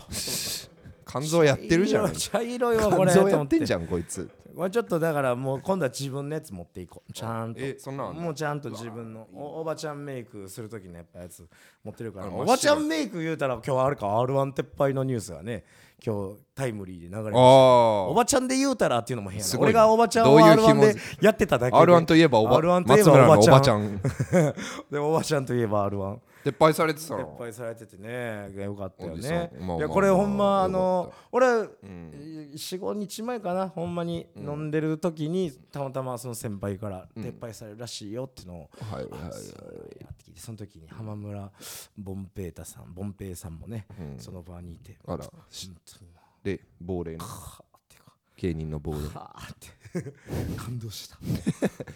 [SPEAKER 1] 肝臓やってるじゃん
[SPEAKER 2] 茶色よこ
[SPEAKER 1] 肝
[SPEAKER 2] れと
[SPEAKER 1] 臓
[SPEAKER 2] 思
[SPEAKER 1] やっ
[SPEAKER 2] って
[SPEAKER 1] ん
[SPEAKER 2] て
[SPEAKER 1] じゃんこいつ
[SPEAKER 2] まあちょっとだからもう今度は自分のやつ持っていこうちゃんと
[SPEAKER 1] えそんなんあんの
[SPEAKER 2] もうちゃんと自分のおおばちゃんメイクする時のやっぱやつ持ってるから
[SPEAKER 1] あ
[SPEAKER 2] お
[SPEAKER 1] 真っ
[SPEAKER 2] ばちゃ
[SPEAKER 1] 白
[SPEAKER 2] んメイク言うたら今日あれか r 1撤廃のニュースがね今日タイムリーで流れてましたお
[SPEAKER 1] あ
[SPEAKER 2] ばちゃんで言うたらっていうのも変や
[SPEAKER 1] す
[SPEAKER 2] な
[SPEAKER 1] ごい
[SPEAKER 2] 俺
[SPEAKER 1] な
[SPEAKER 2] がおばちゃん
[SPEAKER 1] ど
[SPEAKER 2] を
[SPEAKER 1] ういう
[SPEAKER 2] r
[SPEAKER 1] 紐
[SPEAKER 2] 1でやってただけ
[SPEAKER 1] あ R1 といえばおば
[SPEAKER 2] R1 といえ
[SPEAKER 1] 松
[SPEAKER 2] ば
[SPEAKER 1] 村の
[SPEAKER 2] おば
[SPEAKER 1] お
[SPEAKER 2] ちゃん
[SPEAKER 1] ばちゃん
[SPEAKER 2] [LAUGHS] でおばちゃんといえば r 1
[SPEAKER 1] 撤廃されてた
[SPEAKER 2] 撤
[SPEAKER 1] の
[SPEAKER 2] 廃されててねよかったよ
[SPEAKER 1] おじさん
[SPEAKER 2] ね
[SPEAKER 1] まあまあ
[SPEAKER 2] いやこれほんまあ
[SPEAKER 1] よ
[SPEAKER 2] の
[SPEAKER 1] か
[SPEAKER 2] 俺45日前かなほんまに飲んでる時にたまたまその先輩から撤廃されるらしいよってのを
[SPEAKER 1] はいはい
[SPEAKER 2] あそうやって聞いてその時に浜村ボンペータさんボンペイさんもねその場にいて
[SPEAKER 1] あら
[SPEAKER 2] 本当に
[SPEAKER 1] で亡霊の
[SPEAKER 2] はあってか
[SPEAKER 1] 芸人の亡霊
[SPEAKER 2] はあって [LAUGHS] 感
[SPEAKER 1] [LAUGHS]
[SPEAKER 2] 動した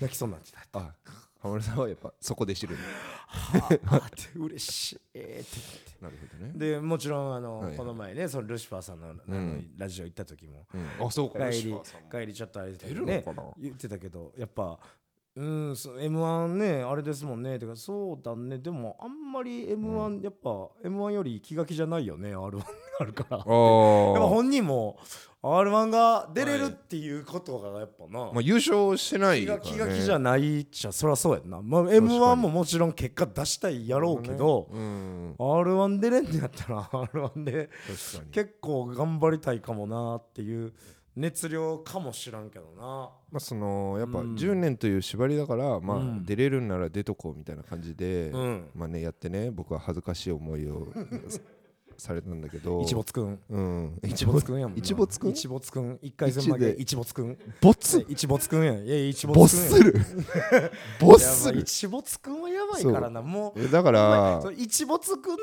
[SPEAKER 2] 泣きそうになってた
[SPEAKER 1] あ浜村さんはやっぱそこで知るんだ
[SPEAKER 2] はあって嬉しいって言って。
[SPEAKER 1] なるほどね
[SPEAKER 2] でもちろんあの、
[SPEAKER 1] はいはい
[SPEAKER 2] この前ねそのルシファーさんのあのラジオ行った時も、
[SPEAKER 1] うんあそうか
[SPEAKER 2] 帰り
[SPEAKER 1] 吉川さんも
[SPEAKER 2] 帰りちょっとあれで
[SPEAKER 1] 出るの
[SPEAKER 2] ね
[SPEAKER 1] かな
[SPEAKER 2] 言ってたけどやっぱうんそう m 1ねあれですもんねてかそうだねでもあんまり m 1、やっぱ m 1より気が気じゃないよね r 1あるからや
[SPEAKER 1] あ
[SPEAKER 2] っぱ
[SPEAKER 1] ー
[SPEAKER 2] 本人も r 1が出れるっていうことがやっぱな、
[SPEAKER 1] まあ優勝してない
[SPEAKER 2] 気
[SPEAKER 1] から
[SPEAKER 2] が
[SPEAKER 1] ね
[SPEAKER 2] 気が気じゃないっちゃそりゃそうやんな、まあ、m 1ももちろん結果出したいやろうけど、
[SPEAKER 1] うん、
[SPEAKER 2] r 1出れんのやったら r 1で
[SPEAKER 1] 確かに、
[SPEAKER 2] 結構頑張りたいかもなっていう熱量かもしらんけどな
[SPEAKER 1] まあ、そのやっぱ
[SPEAKER 2] うん
[SPEAKER 1] 10年という縛りだから、まあ
[SPEAKER 2] うん
[SPEAKER 1] 出れるんなら出とこうみたいな感じで、
[SPEAKER 2] うん
[SPEAKER 1] まあねやってね僕は恥ずかしい思いをされたんだけど
[SPEAKER 2] [LAUGHS] 一没くん
[SPEAKER 1] うん
[SPEAKER 2] 一没くんやもんな
[SPEAKER 1] 一没くん
[SPEAKER 2] 一没くん一回戦負け
[SPEAKER 1] 一で
[SPEAKER 2] 一没くん
[SPEAKER 1] ボ
[SPEAKER 2] ね一没くんやんいやいや一没くん
[SPEAKER 1] ボ
[SPEAKER 2] や
[SPEAKER 1] ッス
[SPEAKER 2] [LAUGHS]
[SPEAKER 1] ルボッス
[SPEAKER 2] やばい
[SPEAKER 1] ル
[SPEAKER 2] 一没くんはやばいからなもう
[SPEAKER 1] え [LAUGHS] だか
[SPEAKER 2] お前
[SPEAKER 1] ら
[SPEAKER 2] その一没くん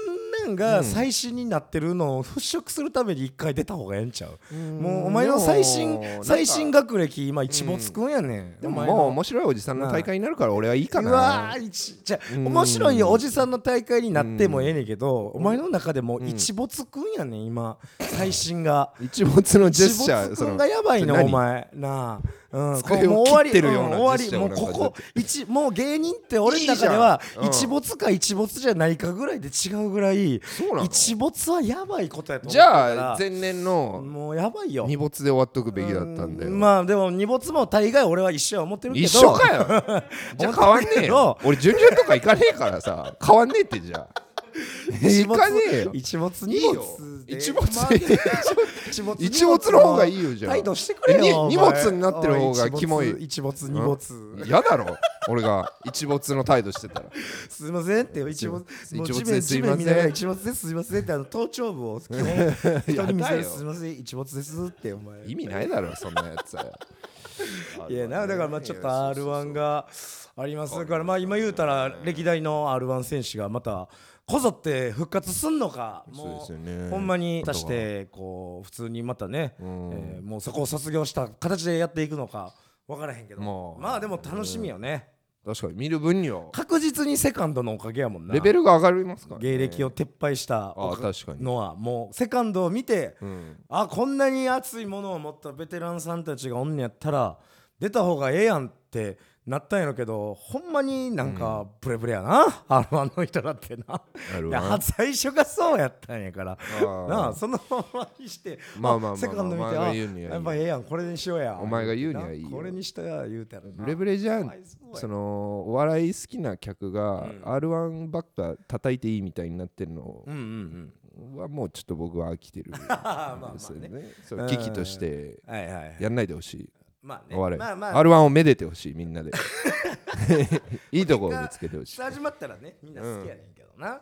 [SPEAKER 2] なんが最新になってるのを払拭するために一回出た方がええんちゃう、
[SPEAKER 1] うん
[SPEAKER 2] もうお前の最新
[SPEAKER 1] でも
[SPEAKER 2] 最新学歴今一没くんやねん
[SPEAKER 1] で
[SPEAKER 2] お
[SPEAKER 1] も
[SPEAKER 2] 前
[SPEAKER 1] も
[SPEAKER 2] の
[SPEAKER 1] う面白いおじさんの大会になるから俺はいいか
[SPEAKER 2] うわ
[SPEAKER 1] な
[SPEAKER 2] ー一じゃあ
[SPEAKER 1] うん
[SPEAKER 2] 面白いおじさんの大会になってもええねんけど、お前の中でもう一没くんやねん今最新が
[SPEAKER 1] 一没のジェスチャ
[SPEAKER 2] 一
[SPEAKER 1] ー
[SPEAKER 2] 没
[SPEAKER 1] そ
[SPEAKER 2] くん
[SPEAKER 1] の
[SPEAKER 2] がやばいの
[SPEAKER 1] それ
[SPEAKER 2] お
[SPEAKER 1] 何
[SPEAKER 2] 前なあ、うん、
[SPEAKER 1] 机を
[SPEAKER 2] もう
[SPEAKER 1] 切ってるような
[SPEAKER 2] うん終
[SPEAKER 1] ジェスチャー
[SPEAKER 2] わり
[SPEAKER 1] を
[SPEAKER 2] もう
[SPEAKER 1] なんか
[SPEAKER 2] ここ一もう芸人って俺の中ではい
[SPEAKER 1] いじゃんうん
[SPEAKER 2] 一没か一没じゃないかぐらいで違うぐらい
[SPEAKER 1] そうなの
[SPEAKER 2] 一没はやばいことやと思って
[SPEAKER 1] じ
[SPEAKER 2] るから
[SPEAKER 1] ゃあ前年の
[SPEAKER 2] もうやばいよ
[SPEAKER 1] 二没で終わっとくべきだったんだよ、
[SPEAKER 2] うまあでも二没も大概俺は一緒は思ってるけど
[SPEAKER 1] 一緒か
[SPEAKER 2] [LAUGHS]
[SPEAKER 1] よじゃあ変わんねえ
[SPEAKER 2] 思っ
[SPEAKER 1] よ俺準々とか行かねえからさ変わんねえってじゃあ
[SPEAKER 2] 一
[SPEAKER 1] 行
[SPEAKER 2] 没
[SPEAKER 1] かねえよ
[SPEAKER 2] 一没
[SPEAKER 1] い
[SPEAKER 2] 二
[SPEAKER 1] いよ
[SPEAKER 2] 没で
[SPEAKER 1] 一没
[SPEAKER 2] まあ一没
[SPEAKER 1] 一没の方がいいよじゃあ
[SPEAKER 2] 態度してくれよ
[SPEAKER 1] えに
[SPEAKER 2] お前
[SPEAKER 1] 荷物になってる方がキモい
[SPEAKER 2] お一没一没二没
[SPEAKER 1] 嫌だろ俺が一没の態度してたら
[SPEAKER 2] すいませんって一没
[SPEAKER 1] 一没
[SPEAKER 2] もう地
[SPEAKER 1] 一没
[SPEAKER 2] 面
[SPEAKER 1] です
[SPEAKER 2] 地
[SPEAKER 1] いません
[SPEAKER 2] 面見ながら一没ですすいませんってあの頭頂部を基
[SPEAKER 1] [LAUGHS]
[SPEAKER 2] 本人に見
[SPEAKER 1] やだ
[SPEAKER 2] せる
[SPEAKER 1] よ
[SPEAKER 2] すいません一没ですってお前
[SPEAKER 1] [LAUGHS] 意味ないだろそんなやつ
[SPEAKER 2] [LAUGHS] いやなだからまあちょっと R1
[SPEAKER 1] が
[SPEAKER 2] がありますからまあ今言うたら歴代の R1 選手がまたこぞって復活すんのか
[SPEAKER 1] そうで
[SPEAKER 2] も
[SPEAKER 1] すよね
[SPEAKER 2] うほんまに出してこう普通にまたねえーもうそこを卒業した形でやっていくのか分からへんけど
[SPEAKER 1] まあ
[SPEAKER 2] まあでも楽しみよね
[SPEAKER 1] 確かに見る分には
[SPEAKER 2] 確実にセカンドのおかげやもんな
[SPEAKER 1] レベルが上がりますからね
[SPEAKER 2] 芸歴を撤廃したおか
[SPEAKER 1] あ確かに
[SPEAKER 2] のはもうセカンドを見て
[SPEAKER 1] うん
[SPEAKER 2] あこんなに熱いものを持ったベテランさんたちがおんねやったら出た方がええやんってなったんやろけどほんまになんかブレブレやな、R1 [LAUGHS] の人だってな
[SPEAKER 1] なる
[SPEAKER 2] い
[SPEAKER 1] わな
[SPEAKER 2] や最初がそうやったんやから
[SPEAKER 1] ー
[SPEAKER 2] なあそのままにして
[SPEAKER 1] まあまあまあまあ
[SPEAKER 2] セカンド見て
[SPEAKER 1] お前が
[SPEAKER 2] あ
[SPEAKER 1] 言うにはいい
[SPEAKER 2] やっぱええやんこれにしようや
[SPEAKER 1] お前が言うにはいいよ
[SPEAKER 2] これにしたら言うたらな
[SPEAKER 1] ブレブレじゃ
[SPEAKER 2] か
[SPEAKER 1] ん
[SPEAKER 2] わいそうや
[SPEAKER 1] そのお笑い好きな客が r 1ばっか叩いていいみたいになってるの
[SPEAKER 2] うんうんうん
[SPEAKER 1] はもうちょっと僕は飽きてる
[SPEAKER 2] あ [LAUGHS] ーまあま
[SPEAKER 1] です
[SPEAKER 2] あ
[SPEAKER 1] よ
[SPEAKER 2] ね
[SPEAKER 1] ねそう危機として
[SPEAKER 2] はいはいはい
[SPEAKER 1] やんないでほしい
[SPEAKER 2] まあね
[SPEAKER 1] お笑い
[SPEAKER 2] まあまあ
[SPEAKER 1] r 1をめでてほしいみんな
[SPEAKER 2] [LAUGHS]
[SPEAKER 1] で [LAUGHS] いいとこを見つけてほしい
[SPEAKER 2] 下始まったらねみんな好きやねんけどな、ま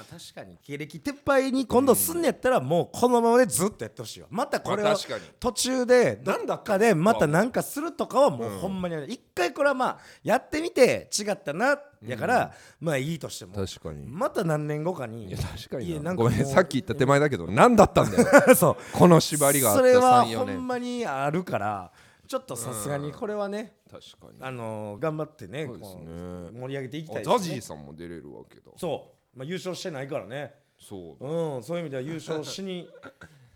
[SPEAKER 2] あ確かに経歴撤廃に今度すんねやったらもうこのままでずっとやってほしいわまたこれ
[SPEAKER 1] まあ
[SPEAKER 2] は
[SPEAKER 1] 確かに
[SPEAKER 2] 途中で何だかでまた何かするとかはもうほんまにやる一回これはまあやってみて違ったなやからまあいいとしても
[SPEAKER 1] 確かに
[SPEAKER 2] また何年後かに
[SPEAKER 1] いや確か
[SPEAKER 2] い
[SPEAKER 1] に
[SPEAKER 2] や
[SPEAKER 1] な
[SPEAKER 2] なんか
[SPEAKER 1] ご
[SPEAKER 2] もう
[SPEAKER 1] めんさっき言った手前だけど何だったんだよ
[SPEAKER 2] [LAUGHS] そう
[SPEAKER 1] この縛りがあった
[SPEAKER 2] それは
[SPEAKER 1] 34
[SPEAKER 2] ほん
[SPEAKER 1] 年
[SPEAKER 2] まにあるからちょっとさすがにこれはね、
[SPEAKER 1] 確か
[SPEAKER 2] あのー頑張ってね
[SPEAKER 1] そうですね
[SPEAKER 2] こう盛り上げていきた
[SPEAKER 1] に
[SPEAKER 2] いで
[SPEAKER 1] ザ
[SPEAKER 2] す
[SPEAKER 1] ジー
[SPEAKER 2] ね
[SPEAKER 1] さんも出れるわけだ
[SPEAKER 2] そう、まあ、優勝してないからね
[SPEAKER 1] そう
[SPEAKER 2] うん、そういう意味では優勝しに [LAUGHS]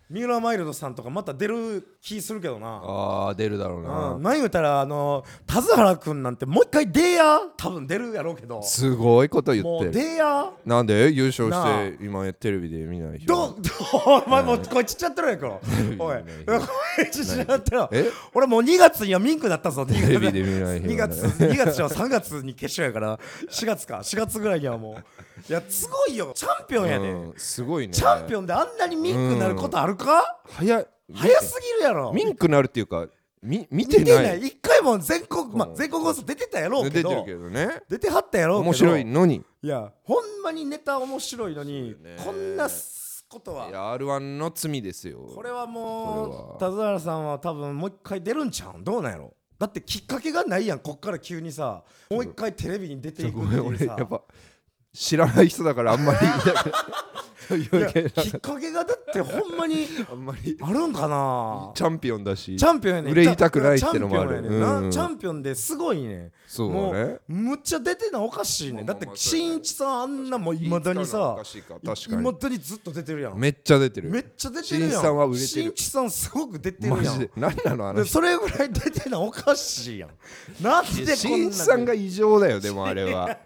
[SPEAKER 2] 三浦マイルドさんとかまた出る気するけどな
[SPEAKER 1] ああ出るだろうな、
[SPEAKER 2] うん、何言うたらあの田津原君なんてもう一回出や多分出るやろうけど
[SPEAKER 1] すごいこと言
[SPEAKER 2] もう
[SPEAKER 1] ってる
[SPEAKER 2] 出や
[SPEAKER 1] なんで優勝
[SPEAKER 2] なあ
[SPEAKER 1] して今テレビで見ない人
[SPEAKER 2] どどお前もうこれちっちゃってるや
[SPEAKER 1] [LAUGHS]
[SPEAKER 2] んかおいこれちっちゃってる
[SPEAKER 1] え
[SPEAKER 2] [LAUGHS] 俺もう2月にはミンクだったぞテ
[SPEAKER 1] レビで見ない日はね
[SPEAKER 2] 2月2月じゃ3月に決勝やから4月か4月ぐらいにはもういやすごいよチャンピオンやで、
[SPEAKER 1] うん、すごいね
[SPEAKER 2] チャンピオンであんなにミンクになることあるか、
[SPEAKER 1] 早い
[SPEAKER 2] 早すぎるやろ
[SPEAKER 1] ミンクなるっていうかみ見て
[SPEAKER 2] 見て
[SPEAKER 1] ない
[SPEAKER 2] ない一回も全国、まあ
[SPEAKER 1] う、ん
[SPEAKER 2] 全国放送出てたやろうけ
[SPEAKER 1] 出
[SPEAKER 2] ど
[SPEAKER 1] てるけどね
[SPEAKER 2] 出てはったやろうけど
[SPEAKER 1] 面白いのに
[SPEAKER 2] いやほんまにネタ面白いのに
[SPEAKER 1] そうよね
[SPEAKER 2] こんなすことはい
[SPEAKER 1] や R1 の罪ですよ
[SPEAKER 2] これは
[SPEAKER 1] こ
[SPEAKER 2] もう
[SPEAKER 1] れ
[SPEAKER 2] 田津原さんは多分もう一回出るんちゃうんどうなんやろだってきっかけがないやんこっから急にさもう一回テレビに出ていく
[SPEAKER 1] ご
[SPEAKER 2] っ
[SPEAKER 1] め
[SPEAKER 2] て
[SPEAKER 1] ん
[SPEAKER 2] いう
[SPEAKER 1] 俺や
[SPEAKER 2] さ
[SPEAKER 1] っぱ知らない人だからあんまりそういう
[SPEAKER 2] い
[SPEAKER 1] わ
[SPEAKER 2] や
[SPEAKER 1] け
[SPEAKER 2] きっかけがだってほんまに
[SPEAKER 1] あんまり
[SPEAKER 2] あるんかな
[SPEAKER 1] チャンピオンだし
[SPEAKER 2] チャンピオンやねん
[SPEAKER 1] 売れ痛くないってのもある
[SPEAKER 2] チャンピオンやねんな
[SPEAKER 1] うん
[SPEAKER 2] チャンピオンですごいね
[SPEAKER 1] そう
[SPEAKER 2] も
[SPEAKER 1] だね
[SPEAKER 2] うむっちゃ出てんのおかしいねん
[SPEAKER 1] まあ
[SPEAKER 2] だ
[SPEAKER 1] まあ
[SPEAKER 2] って
[SPEAKER 1] まあそうやね
[SPEAKER 2] 新一さんあんなもいまだに
[SPEAKER 1] 言いつかのはお
[SPEAKER 2] さ
[SPEAKER 1] かしいか確
[SPEAKER 2] い
[SPEAKER 1] か
[SPEAKER 2] ま
[SPEAKER 1] に
[SPEAKER 2] だにずっと出てるやん
[SPEAKER 1] めっちゃ出てる
[SPEAKER 2] めっちゃ出てるや
[SPEAKER 1] 新一
[SPEAKER 2] ん
[SPEAKER 1] さんは売れてる
[SPEAKER 2] 新一さんすごく出て
[SPEAKER 1] マ
[SPEAKER 2] るや
[SPEAKER 1] ジ
[SPEAKER 2] ん
[SPEAKER 1] で何なのあの
[SPEAKER 2] で
[SPEAKER 1] 人
[SPEAKER 2] それぐらい出てんのおかしいやん [LAUGHS] なんでこんな
[SPEAKER 1] 新一さんが異常だよでもあれは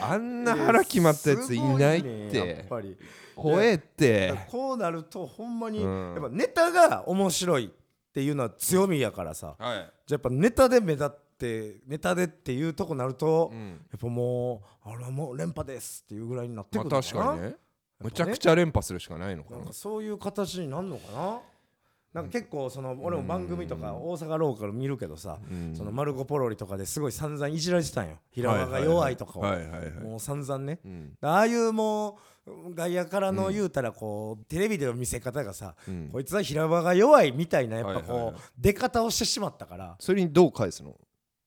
[SPEAKER 1] あんな腹決まったやついないっ
[SPEAKER 2] すごねやってぱり
[SPEAKER 1] 怖えって
[SPEAKER 2] こうなるとほんまに、
[SPEAKER 1] うん
[SPEAKER 2] やっぱネタが面白いっていうのは強みやからさ
[SPEAKER 1] はい
[SPEAKER 2] じゃあやっぱネタで目立ってネタでっていうとこなると、やっぱもうあれはもう連覇ですっていうぐらいになって
[SPEAKER 1] ま
[SPEAKER 2] く
[SPEAKER 1] あ
[SPEAKER 2] るの
[SPEAKER 1] 確
[SPEAKER 2] かな、
[SPEAKER 1] かにねむちゃくちゃ連覇するしかないのか
[SPEAKER 2] な
[SPEAKER 1] なん
[SPEAKER 2] かそういう形になるのかななんか結構その俺も番組とか大阪ローカル見るけどさ「そのマルコ・ポロリ」とかですごい散々いじられてたんよ平場が弱いとかを
[SPEAKER 1] はいはいはいはいはいはい
[SPEAKER 2] もう散々ね
[SPEAKER 1] うん
[SPEAKER 2] ああいうもう外野からの言うたらこうテレビでの見せ方がさ
[SPEAKER 1] うん
[SPEAKER 2] こいつは平場が弱いみたいなやっぱ
[SPEAKER 1] はいはい
[SPEAKER 2] こ
[SPEAKER 1] はいう
[SPEAKER 2] 出方をしてしまったから
[SPEAKER 1] それにどう返すの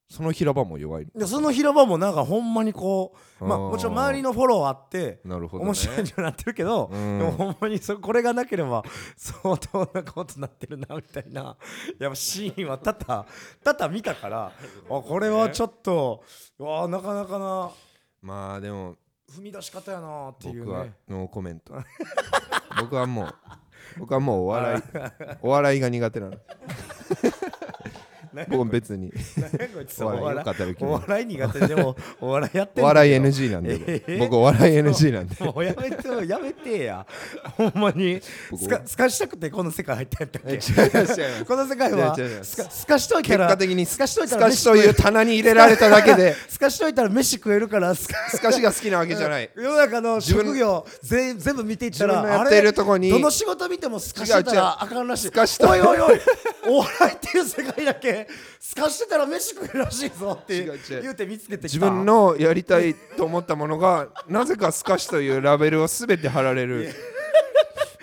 [SPEAKER 1] その平場も弱いの
[SPEAKER 2] でその広場もなんかほんまにこうまあ
[SPEAKER 1] あー
[SPEAKER 2] もちろん周りのフォローあって
[SPEAKER 1] なるほど、ね、
[SPEAKER 2] 面白いにはなってるけど、
[SPEAKER 1] うん
[SPEAKER 2] でもほんまにそこれがなければ相当なことになってるなみたいなやっぱシーンは多々多々見たから、あこれはちょっとうわあなかなかな
[SPEAKER 1] まあでも
[SPEAKER 2] 踏み出し方やなっていう
[SPEAKER 1] 僕は
[SPEAKER 2] ね
[SPEAKER 1] ノーコメン [LAUGHS] ト僕はもう僕はもうお笑いお笑いが苦手なの僕は別に
[SPEAKER 2] 何 [LAUGHS] やこいつ
[SPEAKER 1] お笑い
[SPEAKER 2] お
[SPEAKER 1] よ
[SPEAKER 2] 笑
[SPEAKER 1] かったら
[SPEAKER 2] い
[SPEAKER 1] 急に
[SPEAKER 2] お笑い苦手でもお笑いやって
[SPEAKER 1] お
[SPEAKER 2] んだけど
[SPEAKER 1] 笑い NG なんで、
[SPEAKER 2] えー
[SPEAKER 1] 僕お笑い NG なんで
[SPEAKER 2] もうやめてよやめてやほんまに
[SPEAKER 1] 僕
[SPEAKER 2] すかすかしたくてこの世界入ったんやったっ
[SPEAKER 1] 違い
[SPEAKER 2] け
[SPEAKER 1] ます違います
[SPEAKER 2] この世界は
[SPEAKER 1] 違う違う違う
[SPEAKER 2] すかすかしといた
[SPEAKER 1] 結
[SPEAKER 2] ら
[SPEAKER 1] 果的に
[SPEAKER 2] す
[SPEAKER 1] す
[SPEAKER 2] か
[SPEAKER 1] か
[SPEAKER 2] し
[SPEAKER 1] し
[SPEAKER 2] と
[SPEAKER 1] と
[SPEAKER 2] いたら飯食える
[SPEAKER 1] いう棚に入れられただけ
[SPEAKER 2] [LAUGHS]
[SPEAKER 1] で
[SPEAKER 2] すかしといたら飯食えるからすか
[SPEAKER 1] すかしが好きなわけじゃない
[SPEAKER 2] [LAUGHS] 世の中の
[SPEAKER 1] 自分
[SPEAKER 2] 職業全全部見ていったら
[SPEAKER 1] 自分のやってるとこに
[SPEAKER 2] あれどの仕事見てもすかしてた
[SPEAKER 1] 違う違う
[SPEAKER 2] らあかんらしい
[SPEAKER 1] すかした
[SPEAKER 2] おいおいお
[SPEAKER 1] [LAUGHS]
[SPEAKER 2] いお笑いっていう世界だけすかしてたら飯食えるらしいぞって
[SPEAKER 1] 違う違う
[SPEAKER 2] 言うて見つけて
[SPEAKER 1] 自
[SPEAKER 2] きた
[SPEAKER 1] 分のやりたいと思ったものがなぜかすかしというラベルを全て貼られる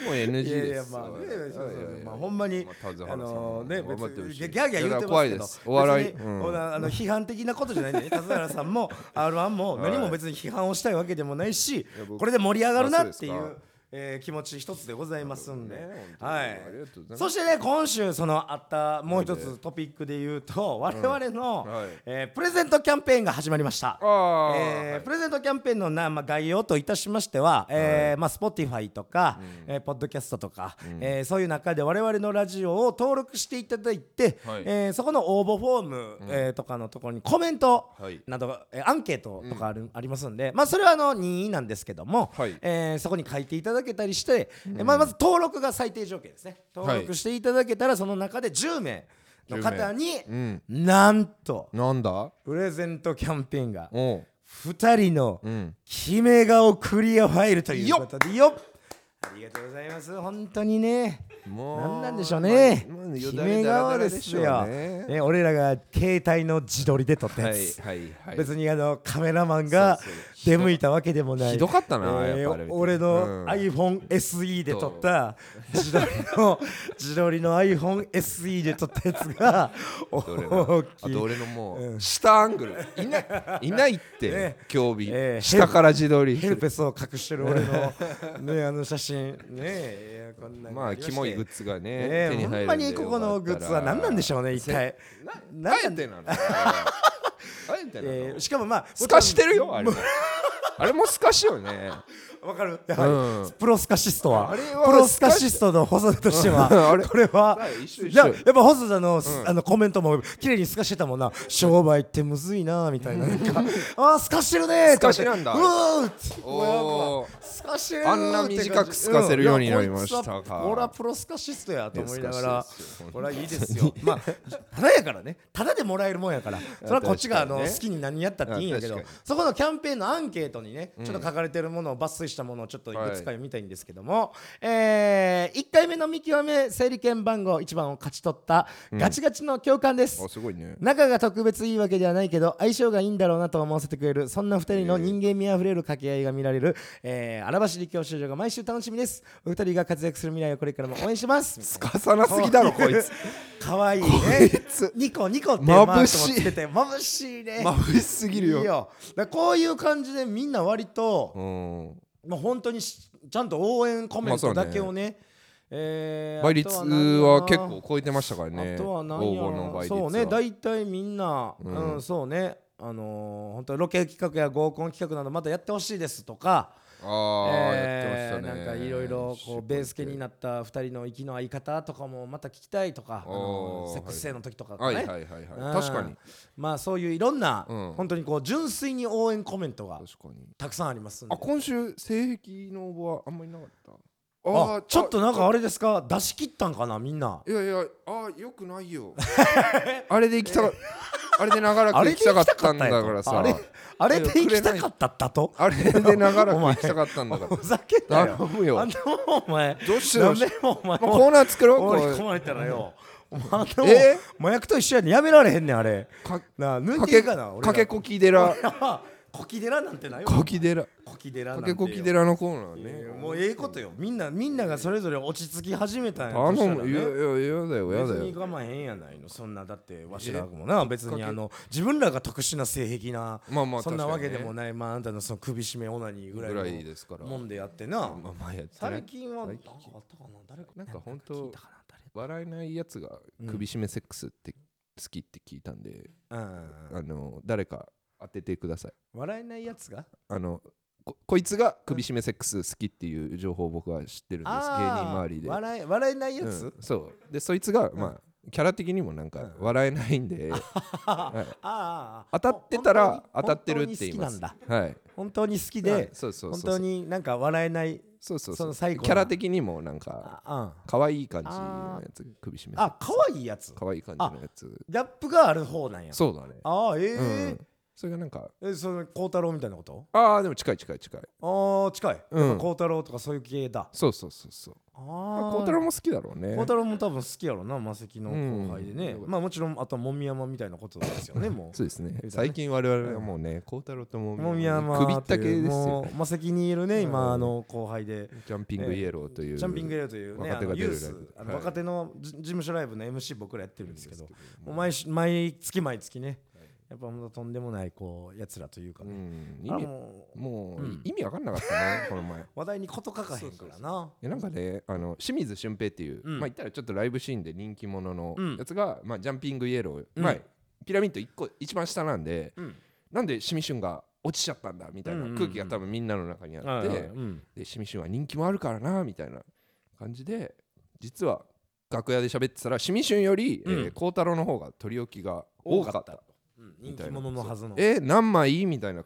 [SPEAKER 1] もう NG
[SPEAKER 2] いや
[SPEAKER 1] で
[SPEAKER 2] いや
[SPEAKER 1] す
[SPEAKER 2] まあね
[SPEAKER 1] いやいやいや
[SPEAKER 2] そうそうまあほんまに
[SPEAKER 1] まあ田津原
[SPEAKER 2] あ
[SPEAKER 1] さん
[SPEAKER 2] のね
[SPEAKER 1] 頑張ってほしい
[SPEAKER 2] 別にギャーギャー言って
[SPEAKER 1] いや怖い
[SPEAKER 2] ま
[SPEAKER 1] ですす
[SPEAKER 2] けど
[SPEAKER 1] お笑い
[SPEAKER 2] 別に
[SPEAKER 1] うん
[SPEAKER 2] こんなあの批判的なことじゃないんでね田津原さ
[SPEAKER 1] [LAUGHS]
[SPEAKER 2] んも R1 も何も別に批判をしたいわけでもないし
[SPEAKER 1] や僕
[SPEAKER 2] これで盛り上がるなってい
[SPEAKER 1] あそう
[SPEAKER 2] う
[SPEAKER 1] ですか
[SPEAKER 2] えー気持ち一つでございますんで
[SPEAKER 1] なるほどね
[SPEAKER 2] は
[SPEAKER 1] 本当にありがとうござい
[SPEAKER 2] い
[SPEAKER 1] ます
[SPEAKER 2] そしてね今週そのあったもう一つトピックで言うと我々の
[SPEAKER 1] はい
[SPEAKER 2] えープレゼントキャンペーンが始まりました
[SPEAKER 1] あー
[SPEAKER 2] えー
[SPEAKER 1] はい
[SPEAKER 2] プレゼントキャンペーンのな、まあ、概要といたしましては、えーまあ、Spotify とか、えーポッドキャストとか、えーそういう中で我々のラジオを登録していただいて、
[SPEAKER 1] はい
[SPEAKER 2] えーそこの応募フォーム、えーとかのところにコメント
[SPEAKER 1] はい
[SPEAKER 2] など、えーアンケートとかある、ありますんで、まあ、それはあの任意なんですけども、
[SPEAKER 1] はい
[SPEAKER 2] えーそこに書いていただけたりして、えーまあ、まず登録が最低条件ですね登録していただけたら、その中で10名の方に、
[SPEAKER 1] うん
[SPEAKER 2] なんと
[SPEAKER 1] なんだ
[SPEAKER 2] プレゼントキャンペーンが
[SPEAKER 1] おう
[SPEAKER 2] 2人の
[SPEAKER 1] うん
[SPEAKER 2] キメ顔クリアファイルということでよっありがとうございます本当にね
[SPEAKER 1] も
[SPEAKER 2] 何なんでしょうねキメ顔ですよ、
[SPEAKER 1] ね
[SPEAKER 2] ね、俺らが携帯の自撮りで撮ったやつ、
[SPEAKER 1] はいはいはい
[SPEAKER 2] 別にあのカメラマンが
[SPEAKER 1] そうそう
[SPEAKER 2] 出向いたわけでもない
[SPEAKER 1] ひどかったなやっぱあれ見て
[SPEAKER 2] 俺
[SPEAKER 1] う
[SPEAKER 2] の
[SPEAKER 1] ん
[SPEAKER 2] iPhoneSE で撮った自撮りの自撮りの iPhoneSE で撮ったやつが
[SPEAKER 1] どれな
[SPEAKER 2] 大
[SPEAKER 1] あ
[SPEAKER 2] きい
[SPEAKER 1] と俺のも
[SPEAKER 2] うん
[SPEAKER 1] う下アングルい
[SPEAKER 2] [LAUGHS]
[SPEAKER 1] ないいないって
[SPEAKER 2] ね
[SPEAKER 1] 興味
[SPEAKER 2] ええ
[SPEAKER 1] 下から自撮り
[SPEAKER 2] ヘルペスを隠してる俺のねあの写真ねえいやこんなんが
[SPEAKER 1] まあ
[SPEAKER 2] りして
[SPEAKER 1] キモいグッズがね
[SPEAKER 2] ね
[SPEAKER 1] 手に
[SPEAKER 2] え
[SPEAKER 1] 入るん
[SPEAKER 2] ほ
[SPEAKER 1] で
[SPEAKER 2] んまにここのグッズは何なんでしょうね一体
[SPEAKER 1] なあえてなのあえてな
[SPEAKER 2] え
[SPEAKER 1] の
[SPEAKER 2] ーしかもまあ
[SPEAKER 1] すかしてるよあれ
[SPEAKER 2] も [LAUGHS]
[SPEAKER 1] もあれもすかしよね
[SPEAKER 2] わかるやはり、
[SPEAKER 1] うん
[SPEAKER 2] プロスカシストは
[SPEAKER 1] あれは
[SPEAKER 2] プロスカシストの細田としては、
[SPEAKER 1] あれ
[SPEAKER 2] これは
[SPEAKER 1] はい一緒
[SPEAKER 2] い
[SPEAKER 1] 一緒
[SPEAKER 2] ややっぱ細田の,、あのコメントも綺麗にすかしてたもんな商売ってむずいなみたいななん
[SPEAKER 1] [LAUGHS]
[SPEAKER 2] かあーすかしてるねーって
[SPEAKER 1] 透かしなんだ
[SPEAKER 2] うわーって
[SPEAKER 1] おー
[SPEAKER 2] すかしてる
[SPEAKER 1] あんな短く透かせるようになりましたか
[SPEAKER 2] うんいやこいつは俺はプロスカシストやと思いながら
[SPEAKER 1] スカシストですよ
[SPEAKER 2] 俺はいいですよまあただやからねただでもらえるもんやからそれはこっちがあ
[SPEAKER 1] 確
[SPEAKER 2] の
[SPEAKER 1] かにね
[SPEAKER 2] 好きに何やったっていいんやけ
[SPEAKER 1] あ
[SPEAKER 2] ど
[SPEAKER 1] 確かに
[SPEAKER 2] そこのキャンペーンのアンケートにねちょっと書かれてるものを抜粋したものをちょっといくつか見たいんですけども、えー、1回目の見極め整理券番号1番を勝ち取ったガチガチの共感です、
[SPEAKER 1] あすごいね
[SPEAKER 2] 仲が特別いいわけではないけど相性がいいんだろうなと思わせてくれるそんな2人の人間味あふれる掛け合いが見られる、えー、荒走り教習所が毎週楽しみですお二人が活躍する未来をこれからも応援します
[SPEAKER 1] すかさなすぎだ
[SPEAKER 2] [LAUGHS]
[SPEAKER 1] ろ [LAUGHS] こいつ
[SPEAKER 2] かわいいね
[SPEAKER 1] [LAUGHS] こいつ
[SPEAKER 2] ニコニコってマークも
[SPEAKER 1] 眩しい
[SPEAKER 2] つけて眩しいね
[SPEAKER 1] 眩しすぎる
[SPEAKER 2] いい
[SPEAKER 1] よ
[SPEAKER 2] よだからこういう感じでみんな割と、
[SPEAKER 1] うん
[SPEAKER 2] まあ、本当にしちゃんと応援コメントだけをね,、えー
[SPEAKER 1] 倍率は結構超えてましたからね
[SPEAKER 2] あとは何や
[SPEAKER 1] 応募の倍率は
[SPEAKER 2] そうね大体みんな、うんそうねあのー本当にロケ企画や合コン企画などまたやってほしいですとか、
[SPEAKER 1] ああ
[SPEAKER 2] え
[SPEAKER 1] やっ
[SPEAKER 2] ー
[SPEAKER 1] てましたね
[SPEAKER 2] なんかいろいろこうベース系になった2人の息の合い方とかもまた聞きたいとか、あの
[SPEAKER 1] おー
[SPEAKER 2] ーセックス性の時とかとか
[SPEAKER 1] は
[SPEAKER 2] ね、
[SPEAKER 1] いはいはい
[SPEAKER 2] うん
[SPEAKER 1] はい確かに
[SPEAKER 2] まあそういういろんな、
[SPEAKER 1] うん
[SPEAKER 2] 本当にこう純粋に応援コメントが
[SPEAKER 1] 確かに
[SPEAKER 2] たくさんありますんで
[SPEAKER 1] あ今週性癖の応募はあんまりなかった
[SPEAKER 2] あ
[SPEAKER 1] ー
[SPEAKER 2] ちょっとなんかあれですか出し切ったんかなみんない
[SPEAKER 1] やいやあよくないよ [LAUGHS] あれで行きたかあれで長らく
[SPEAKER 2] あれ
[SPEAKER 1] 行
[SPEAKER 2] で
[SPEAKER 1] きたか
[SPEAKER 2] 行き
[SPEAKER 1] ったた
[SPEAKER 2] か
[SPEAKER 1] ん
[SPEAKER 2] った
[SPEAKER 1] だ
[SPEAKER 2] ん
[SPEAKER 1] か
[SPEAKER 2] や
[SPEAKER 1] ら
[SPEAKER 2] あれ
[SPEAKER 1] さ
[SPEAKER 2] あれで行きたかったったと
[SPEAKER 1] あれで長らく
[SPEAKER 2] お
[SPEAKER 1] 行
[SPEAKER 2] 前
[SPEAKER 1] きたかったんだから
[SPEAKER 2] [LAUGHS] ふざけんなよ
[SPEAKER 1] 頼むよ
[SPEAKER 2] あんなもんお前
[SPEAKER 1] どうしよ
[SPEAKER 2] ダ
[SPEAKER 1] う
[SPEAKER 2] メもお前
[SPEAKER 1] もうコーナー作ろうこ
[SPEAKER 2] 追いう込まれた
[SPEAKER 1] [LAUGHS]
[SPEAKER 2] らよお前あんなもん
[SPEAKER 1] え
[SPEAKER 2] 麻薬と一緒やねやめられへんねんあれ
[SPEAKER 1] か
[SPEAKER 2] なあ抜
[SPEAKER 1] か
[SPEAKER 2] いてい
[SPEAKER 1] け
[SPEAKER 2] いかな俺
[SPEAKER 1] かけこき寺
[SPEAKER 2] こ [LAUGHS] こき寺なんてないよ
[SPEAKER 1] こき寺
[SPEAKER 2] こき寺な
[SPEAKER 1] か
[SPEAKER 2] んて
[SPEAKER 1] け
[SPEAKER 2] よ
[SPEAKER 1] こき寺のコーナ
[SPEAKER 2] い
[SPEAKER 1] ー
[SPEAKER 2] や
[SPEAKER 1] ね
[SPEAKER 2] もうええことよみんなみんながそれぞれ落ち着き始めたんや
[SPEAKER 1] 頼
[SPEAKER 2] としたら
[SPEAKER 1] むいやい
[SPEAKER 2] ね
[SPEAKER 1] ややだよや
[SPEAKER 2] 別
[SPEAKER 1] だ
[SPEAKER 2] に
[SPEAKER 1] よ
[SPEAKER 2] 我慢へんやないのそんなだってわしらもな別にあの自分らが特殊な性癖な
[SPEAKER 1] まあまあ
[SPEAKER 2] そんなわ
[SPEAKER 1] 確かに
[SPEAKER 2] け
[SPEAKER 1] ね
[SPEAKER 2] でもないまああんたのその首絞めオナニーぐらい
[SPEAKER 1] ぐらいですから
[SPEAKER 2] のもんでやってな
[SPEAKER 1] まあまあやってな
[SPEAKER 2] 最
[SPEAKER 1] い
[SPEAKER 2] 近はな
[SPEAKER 1] 最
[SPEAKER 2] んか
[SPEAKER 1] 近
[SPEAKER 2] あったかな誰か
[SPEAKER 1] なんか本
[SPEAKER 2] 聞い
[SPEAKER 1] 当
[SPEAKER 2] たかな誰
[SPEAKER 1] 笑えないやつが首絞めセックスって好きって聞いたんで
[SPEAKER 2] うん
[SPEAKER 1] あの誰か当ててください
[SPEAKER 2] 笑えないやつが
[SPEAKER 1] あのここいつが首絞めセックス好きっていう情報を僕は知ってるんです芸人
[SPEAKER 2] あ
[SPEAKER 1] 周
[SPEAKER 2] ー
[SPEAKER 1] りで、
[SPEAKER 2] 笑え笑えないやつ
[SPEAKER 1] うんそうでそいつが、まあキャラ的にもなんか笑えないんで、はい
[SPEAKER 2] ああ
[SPEAKER 1] 当たってたら当たってるって言います
[SPEAKER 2] 本当に好きなんだ
[SPEAKER 1] はい
[SPEAKER 2] 本当に好き
[SPEAKER 1] はい
[SPEAKER 2] で
[SPEAKER 1] そうそうそう
[SPEAKER 2] 本
[SPEAKER 1] そう
[SPEAKER 2] 当になんか笑えない
[SPEAKER 1] そうそう
[SPEAKER 2] そ
[SPEAKER 1] そ
[SPEAKER 2] の
[SPEAKER 1] う
[SPEAKER 2] 最後の
[SPEAKER 1] キャラ的にもなんか
[SPEAKER 2] あ
[SPEAKER 1] 可愛い感じのやつ首絞め
[SPEAKER 2] あ可愛いやつ
[SPEAKER 1] 可愛い感じのやつ
[SPEAKER 2] ギャップがある方なんや
[SPEAKER 1] そうだね
[SPEAKER 2] ああええ
[SPEAKER 1] うん、それがなんか
[SPEAKER 2] えその孝太郎みたいなこと
[SPEAKER 1] ああでも近い近い近い
[SPEAKER 2] ああ近い
[SPEAKER 1] うん
[SPEAKER 2] やっぱ孝太郎とかそういう系だ
[SPEAKER 1] そうそうそうそう
[SPEAKER 2] あ
[SPEAKER 1] まあ
[SPEAKER 2] あ
[SPEAKER 1] 孝太郎も好きだろうね
[SPEAKER 2] 孝太郎も多分好きやろな魔石の後輩でね
[SPEAKER 1] うん
[SPEAKER 2] まあもちろんあとはもみ山みたいなことですよねも
[SPEAKER 1] そうですね最近我々はもうね孝太郎とも
[SPEAKER 2] うもみ
[SPEAKER 1] みや
[SPEAKER 2] 山
[SPEAKER 1] 首ったけですよ
[SPEAKER 2] もう魔石にいるね
[SPEAKER 1] うん
[SPEAKER 2] 今あの後輩で
[SPEAKER 1] ジャンピングイエローという
[SPEAKER 2] ジャンピングレオというねあ
[SPEAKER 1] 若手
[SPEAKER 2] の
[SPEAKER 1] が出
[SPEAKER 2] ユ
[SPEAKER 1] る
[SPEAKER 2] ー
[SPEAKER 1] ライ
[SPEAKER 2] ス
[SPEAKER 1] ブ
[SPEAKER 2] あの
[SPEAKER 1] はい
[SPEAKER 2] 若手のじ事務所ライブの MC 僕らやってるんですけどもう
[SPEAKER 1] 前
[SPEAKER 2] 毎し毎月毎月ねやっぱもうとんでもないこうやつらというか
[SPEAKER 1] う
[SPEAKER 2] ね
[SPEAKER 1] ん
[SPEAKER 2] あ
[SPEAKER 1] 意
[SPEAKER 2] ら
[SPEAKER 1] 味
[SPEAKER 2] もう
[SPEAKER 1] も
[SPEAKER 2] うん
[SPEAKER 1] う意味わかんなかった
[SPEAKER 2] [LAUGHS]
[SPEAKER 1] ねこの前
[SPEAKER 2] 話題に事欠かへんからな
[SPEAKER 1] えなんかねあの清水俊平っていう
[SPEAKER 2] うん
[SPEAKER 1] まあ言ったらちょっとライブシーンで人気者の
[SPEAKER 2] うん
[SPEAKER 1] やつがまあジャンピングイエロー
[SPEAKER 2] うん
[SPEAKER 1] まあピラミッド一個一番下なんで
[SPEAKER 2] うん
[SPEAKER 1] なんでシミシュンが落ちちゃったんだみたい
[SPEAKER 2] うんうんう
[SPEAKER 1] なん空気が多分みんなの中にあっ
[SPEAKER 2] はいはい
[SPEAKER 1] て
[SPEAKER 2] うん
[SPEAKER 1] でシミシュンは人気もあるからなみたいな感じで実は楽屋で喋ってたらシミシュンよりえ
[SPEAKER 2] う
[SPEAKER 1] ー
[SPEAKER 2] ん
[SPEAKER 1] 孝太郎の方が取り置きが多かった
[SPEAKER 2] うん
[SPEAKER 1] み
[SPEAKER 2] 人
[SPEAKER 1] たい
[SPEAKER 2] 気
[SPEAKER 1] な
[SPEAKER 2] 者のはずの
[SPEAKER 1] え何枚みたいな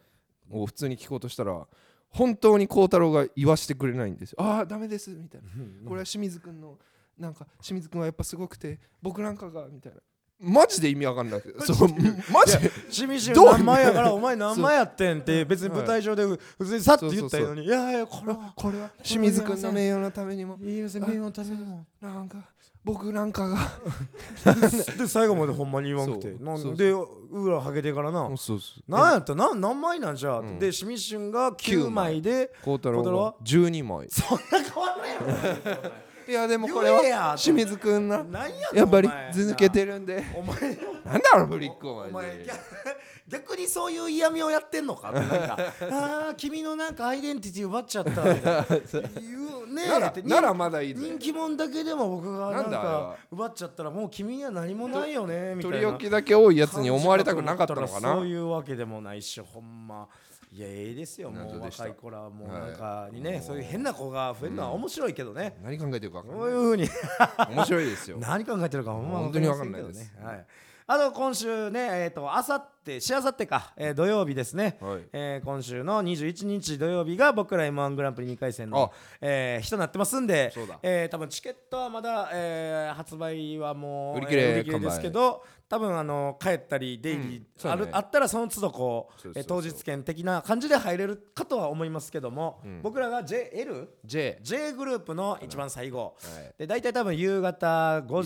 [SPEAKER 1] を普通に聞こうとしたら本当に孝太郎が言わしてくれないんですよああダメですみたいなこれは清水君のなんか清水君はやっぱすごくて僕なんかがみたいなマジで意味わかんなくてそうマジで
[SPEAKER 2] シミシ
[SPEAKER 1] どう
[SPEAKER 2] ュン名前やからお前名前やってんって別に舞台上で普通にさっと言ったらいいのにいやいやこれは
[SPEAKER 1] これは [LAUGHS] 清水君の名誉のためにも
[SPEAKER 2] いいですね名誉のためにも
[SPEAKER 1] なんか僕なんかが
[SPEAKER 2] [LAUGHS] で最後までほんまに言わんく
[SPEAKER 1] そ
[SPEAKER 2] て
[SPEAKER 1] う
[SPEAKER 2] なんで裏はげてからな
[SPEAKER 1] そうそう
[SPEAKER 2] なんやったな何枚なんじゃ
[SPEAKER 1] ん
[SPEAKER 2] でシミシュンが9枚で
[SPEAKER 1] 孝太
[SPEAKER 2] 孝太郎
[SPEAKER 1] 郎
[SPEAKER 2] は
[SPEAKER 1] は12枚
[SPEAKER 2] そんな変わらないや [LAUGHS]
[SPEAKER 1] いやでもこ
[SPEAKER 2] こ
[SPEAKER 1] れ
[SPEAKER 2] れは言えや
[SPEAKER 1] は清水君の
[SPEAKER 2] ろなんやねん
[SPEAKER 1] やっぱり
[SPEAKER 2] お前
[SPEAKER 1] ず抜けてるんで
[SPEAKER 2] お
[SPEAKER 1] [LAUGHS]
[SPEAKER 2] 前
[SPEAKER 1] なんだろブリック
[SPEAKER 2] お前 [LAUGHS] 逆逆にそういう嫌味をやってんのかってなんか
[SPEAKER 1] [LAUGHS]
[SPEAKER 2] あー君のなんかアイデンティティ奪っちゃったみたいな
[SPEAKER 1] [LAUGHS]
[SPEAKER 2] 言うねえ
[SPEAKER 1] なら
[SPEAKER 2] って
[SPEAKER 1] ならまだいいぜ
[SPEAKER 2] 人気者だけでも僕がなん
[SPEAKER 1] なんだあれ
[SPEAKER 2] か
[SPEAKER 1] は
[SPEAKER 2] 奪っちゃったらもう君には何もないよねみたいな
[SPEAKER 1] 取り置きだけ多いやつに思われたくなかったのか
[SPEAKER 2] そう
[SPEAKER 1] な
[SPEAKER 2] いうわけでもないしほんまいやええですよも
[SPEAKER 1] 謎
[SPEAKER 2] う
[SPEAKER 1] でした
[SPEAKER 2] 若い子らもうなんかに
[SPEAKER 1] は
[SPEAKER 2] ね
[SPEAKER 1] い
[SPEAKER 2] そういう変な子が増えるのは面白いけどね
[SPEAKER 1] 何考えてるか分かん
[SPEAKER 2] こう
[SPEAKER 1] ない
[SPEAKER 2] いうふうに
[SPEAKER 1] 面白いですよ
[SPEAKER 2] 何考えてるかほんま
[SPEAKER 1] 本当に
[SPEAKER 2] わませけどねはいあと今週ねえっとあさってしあさってかえー土曜日ですね
[SPEAKER 1] はい
[SPEAKER 2] えー今週の21日土曜日が僕ら m 1グランプリ2回戦
[SPEAKER 1] あ
[SPEAKER 2] のえー日となってますんで
[SPEAKER 1] そうだ
[SPEAKER 2] えー多分チケットはまだえー発売はもう
[SPEAKER 1] 売り切れ
[SPEAKER 2] えーですけど多分あの帰ったり出入り
[SPEAKER 1] そう
[SPEAKER 2] あ
[SPEAKER 1] だね
[SPEAKER 2] るあったらその都度こう
[SPEAKER 1] そうそう
[SPEAKER 2] えー
[SPEAKER 1] そ
[SPEAKER 2] 当
[SPEAKER 1] う
[SPEAKER 2] 日券的な感じで入れるかとは思いますけども僕らが JL?
[SPEAKER 1] J
[SPEAKER 2] J グループの一番最後、
[SPEAKER 1] はい
[SPEAKER 2] で大体多分夕方5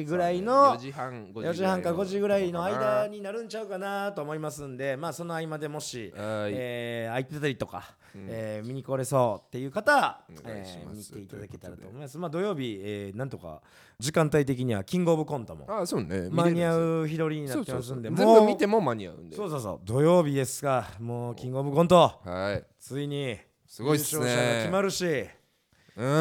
[SPEAKER 2] 時ぐらいの
[SPEAKER 1] 4時半
[SPEAKER 2] 4時半か5時ぐらいの間
[SPEAKER 1] に
[SPEAKER 2] になるんちゃうかなと思いますんでまあその合間でもし、
[SPEAKER 1] はい
[SPEAKER 2] えー空いてたりとか、えー見に来れそうっていう方は、
[SPEAKER 1] お願いし
[SPEAKER 2] えー
[SPEAKER 1] ます
[SPEAKER 2] 見に来ていただけたらと思いますまあ土曜日、えーなんとか時間帯的にはキングオブコントも
[SPEAKER 1] ああそうね
[SPEAKER 2] 間に合
[SPEAKER 1] う
[SPEAKER 2] う日取りになってますんで
[SPEAKER 1] 全部
[SPEAKER 2] もう
[SPEAKER 1] 見ても間に合うんで
[SPEAKER 2] そうそうそう土曜日ですがもうキングオブコント
[SPEAKER 1] はい
[SPEAKER 2] ついに
[SPEAKER 1] すごいっすね
[SPEAKER 2] 優勝者が決まるし
[SPEAKER 1] うん
[SPEAKER 2] いや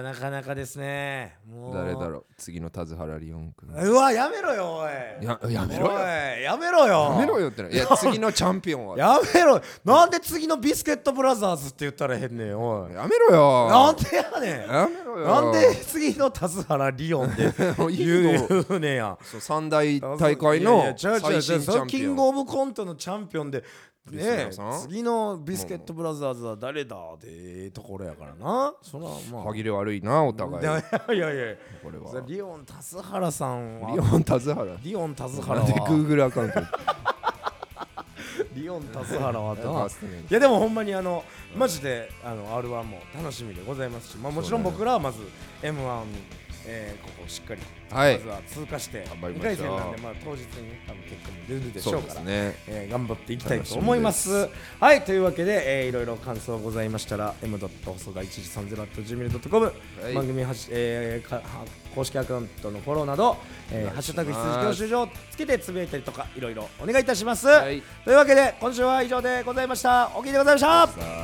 [SPEAKER 2] ーなかなかですねもう
[SPEAKER 1] 誰だろう次の田津原リオン君
[SPEAKER 2] うわやめろよおい
[SPEAKER 1] ややめろよ
[SPEAKER 2] おいやめろよ
[SPEAKER 1] やめろよってないや次のチャンピオンはや
[SPEAKER 2] やめろなんで次のビスケットブラザーズって言ったらへんねんおい
[SPEAKER 1] めろよ
[SPEAKER 2] なんでやねん
[SPEAKER 1] やめろよ
[SPEAKER 2] なんで次の田津原リオンって
[SPEAKER 1] もういい
[SPEAKER 2] 言
[SPEAKER 1] の
[SPEAKER 2] う言うねんやん
[SPEAKER 1] そう三大大会の
[SPEAKER 2] いやいや違う違う
[SPEAKER 1] 最新チ
[SPEAKER 2] そ
[SPEAKER 1] ャ
[SPEAKER 2] の
[SPEAKER 1] ン
[SPEAKER 2] キ
[SPEAKER 1] ピオ
[SPEAKER 2] ン
[SPEAKER 1] ン
[SPEAKER 2] グオブコントのチャンピオンでねえ
[SPEAKER 1] リスナーさん
[SPEAKER 2] 次のビスケットブラザーズは誰だでええところやからなそらまあ
[SPEAKER 1] 歯切れ悪いなお互い
[SPEAKER 2] いやいやいや
[SPEAKER 1] これは
[SPEAKER 2] それリオン田津原さんは
[SPEAKER 1] リオン田津原
[SPEAKER 2] リオン田津原
[SPEAKER 1] なんで
[SPEAKER 2] は
[SPEAKER 1] Google アカウントに
[SPEAKER 2] リオン田津原は
[SPEAKER 1] なんか
[SPEAKER 2] な
[SPEAKER 1] すね
[SPEAKER 2] いやでもほんまにあのマジであの R1 も楽しみでございますし、まあ、もちろん
[SPEAKER 1] そうね
[SPEAKER 2] 僕らはまず M1 に、えーここをしっかりま
[SPEAKER 1] はい
[SPEAKER 2] ずは通過して
[SPEAKER 1] 頑張りまし
[SPEAKER 2] 2
[SPEAKER 1] ょう
[SPEAKER 2] 回戦なんでまあ当日に多分結果も出るでし
[SPEAKER 1] そ
[SPEAKER 2] ょ
[SPEAKER 1] う
[SPEAKER 2] う
[SPEAKER 1] で
[SPEAKER 2] から
[SPEAKER 1] す。ね
[SPEAKER 2] えー頑張っていきたいと思います。はい、というわけで、えーいろいろ感想ございましたら、m. 細が1130 gmail.com、
[SPEAKER 1] い
[SPEAKER 2] 番組はし、えーかは公式アカウントのフォローなど、えー
[SPEAKER 1] お
[SPEAKER 2] ハ
[SPEAKER 1] 願
[SPEAKER 2] ッ
[SPEAKER 1] い
[SPEAKER 2] シ
[SPEAKER 1] し
[SPEAKER 2] ュ
[SPEAKER 1] ま
[SPEAKER 2] タ
[SPEAKER 1] す
[SPEAKER 2] グ羊教習所をつけてつぶやいたりとか、いろいろお願いいたします。
[SPEAKER 1] はい
[SPEAKER 2] というわけで、今週は以上でございました。お聞きでございました。
[SPEAKER 1] さあ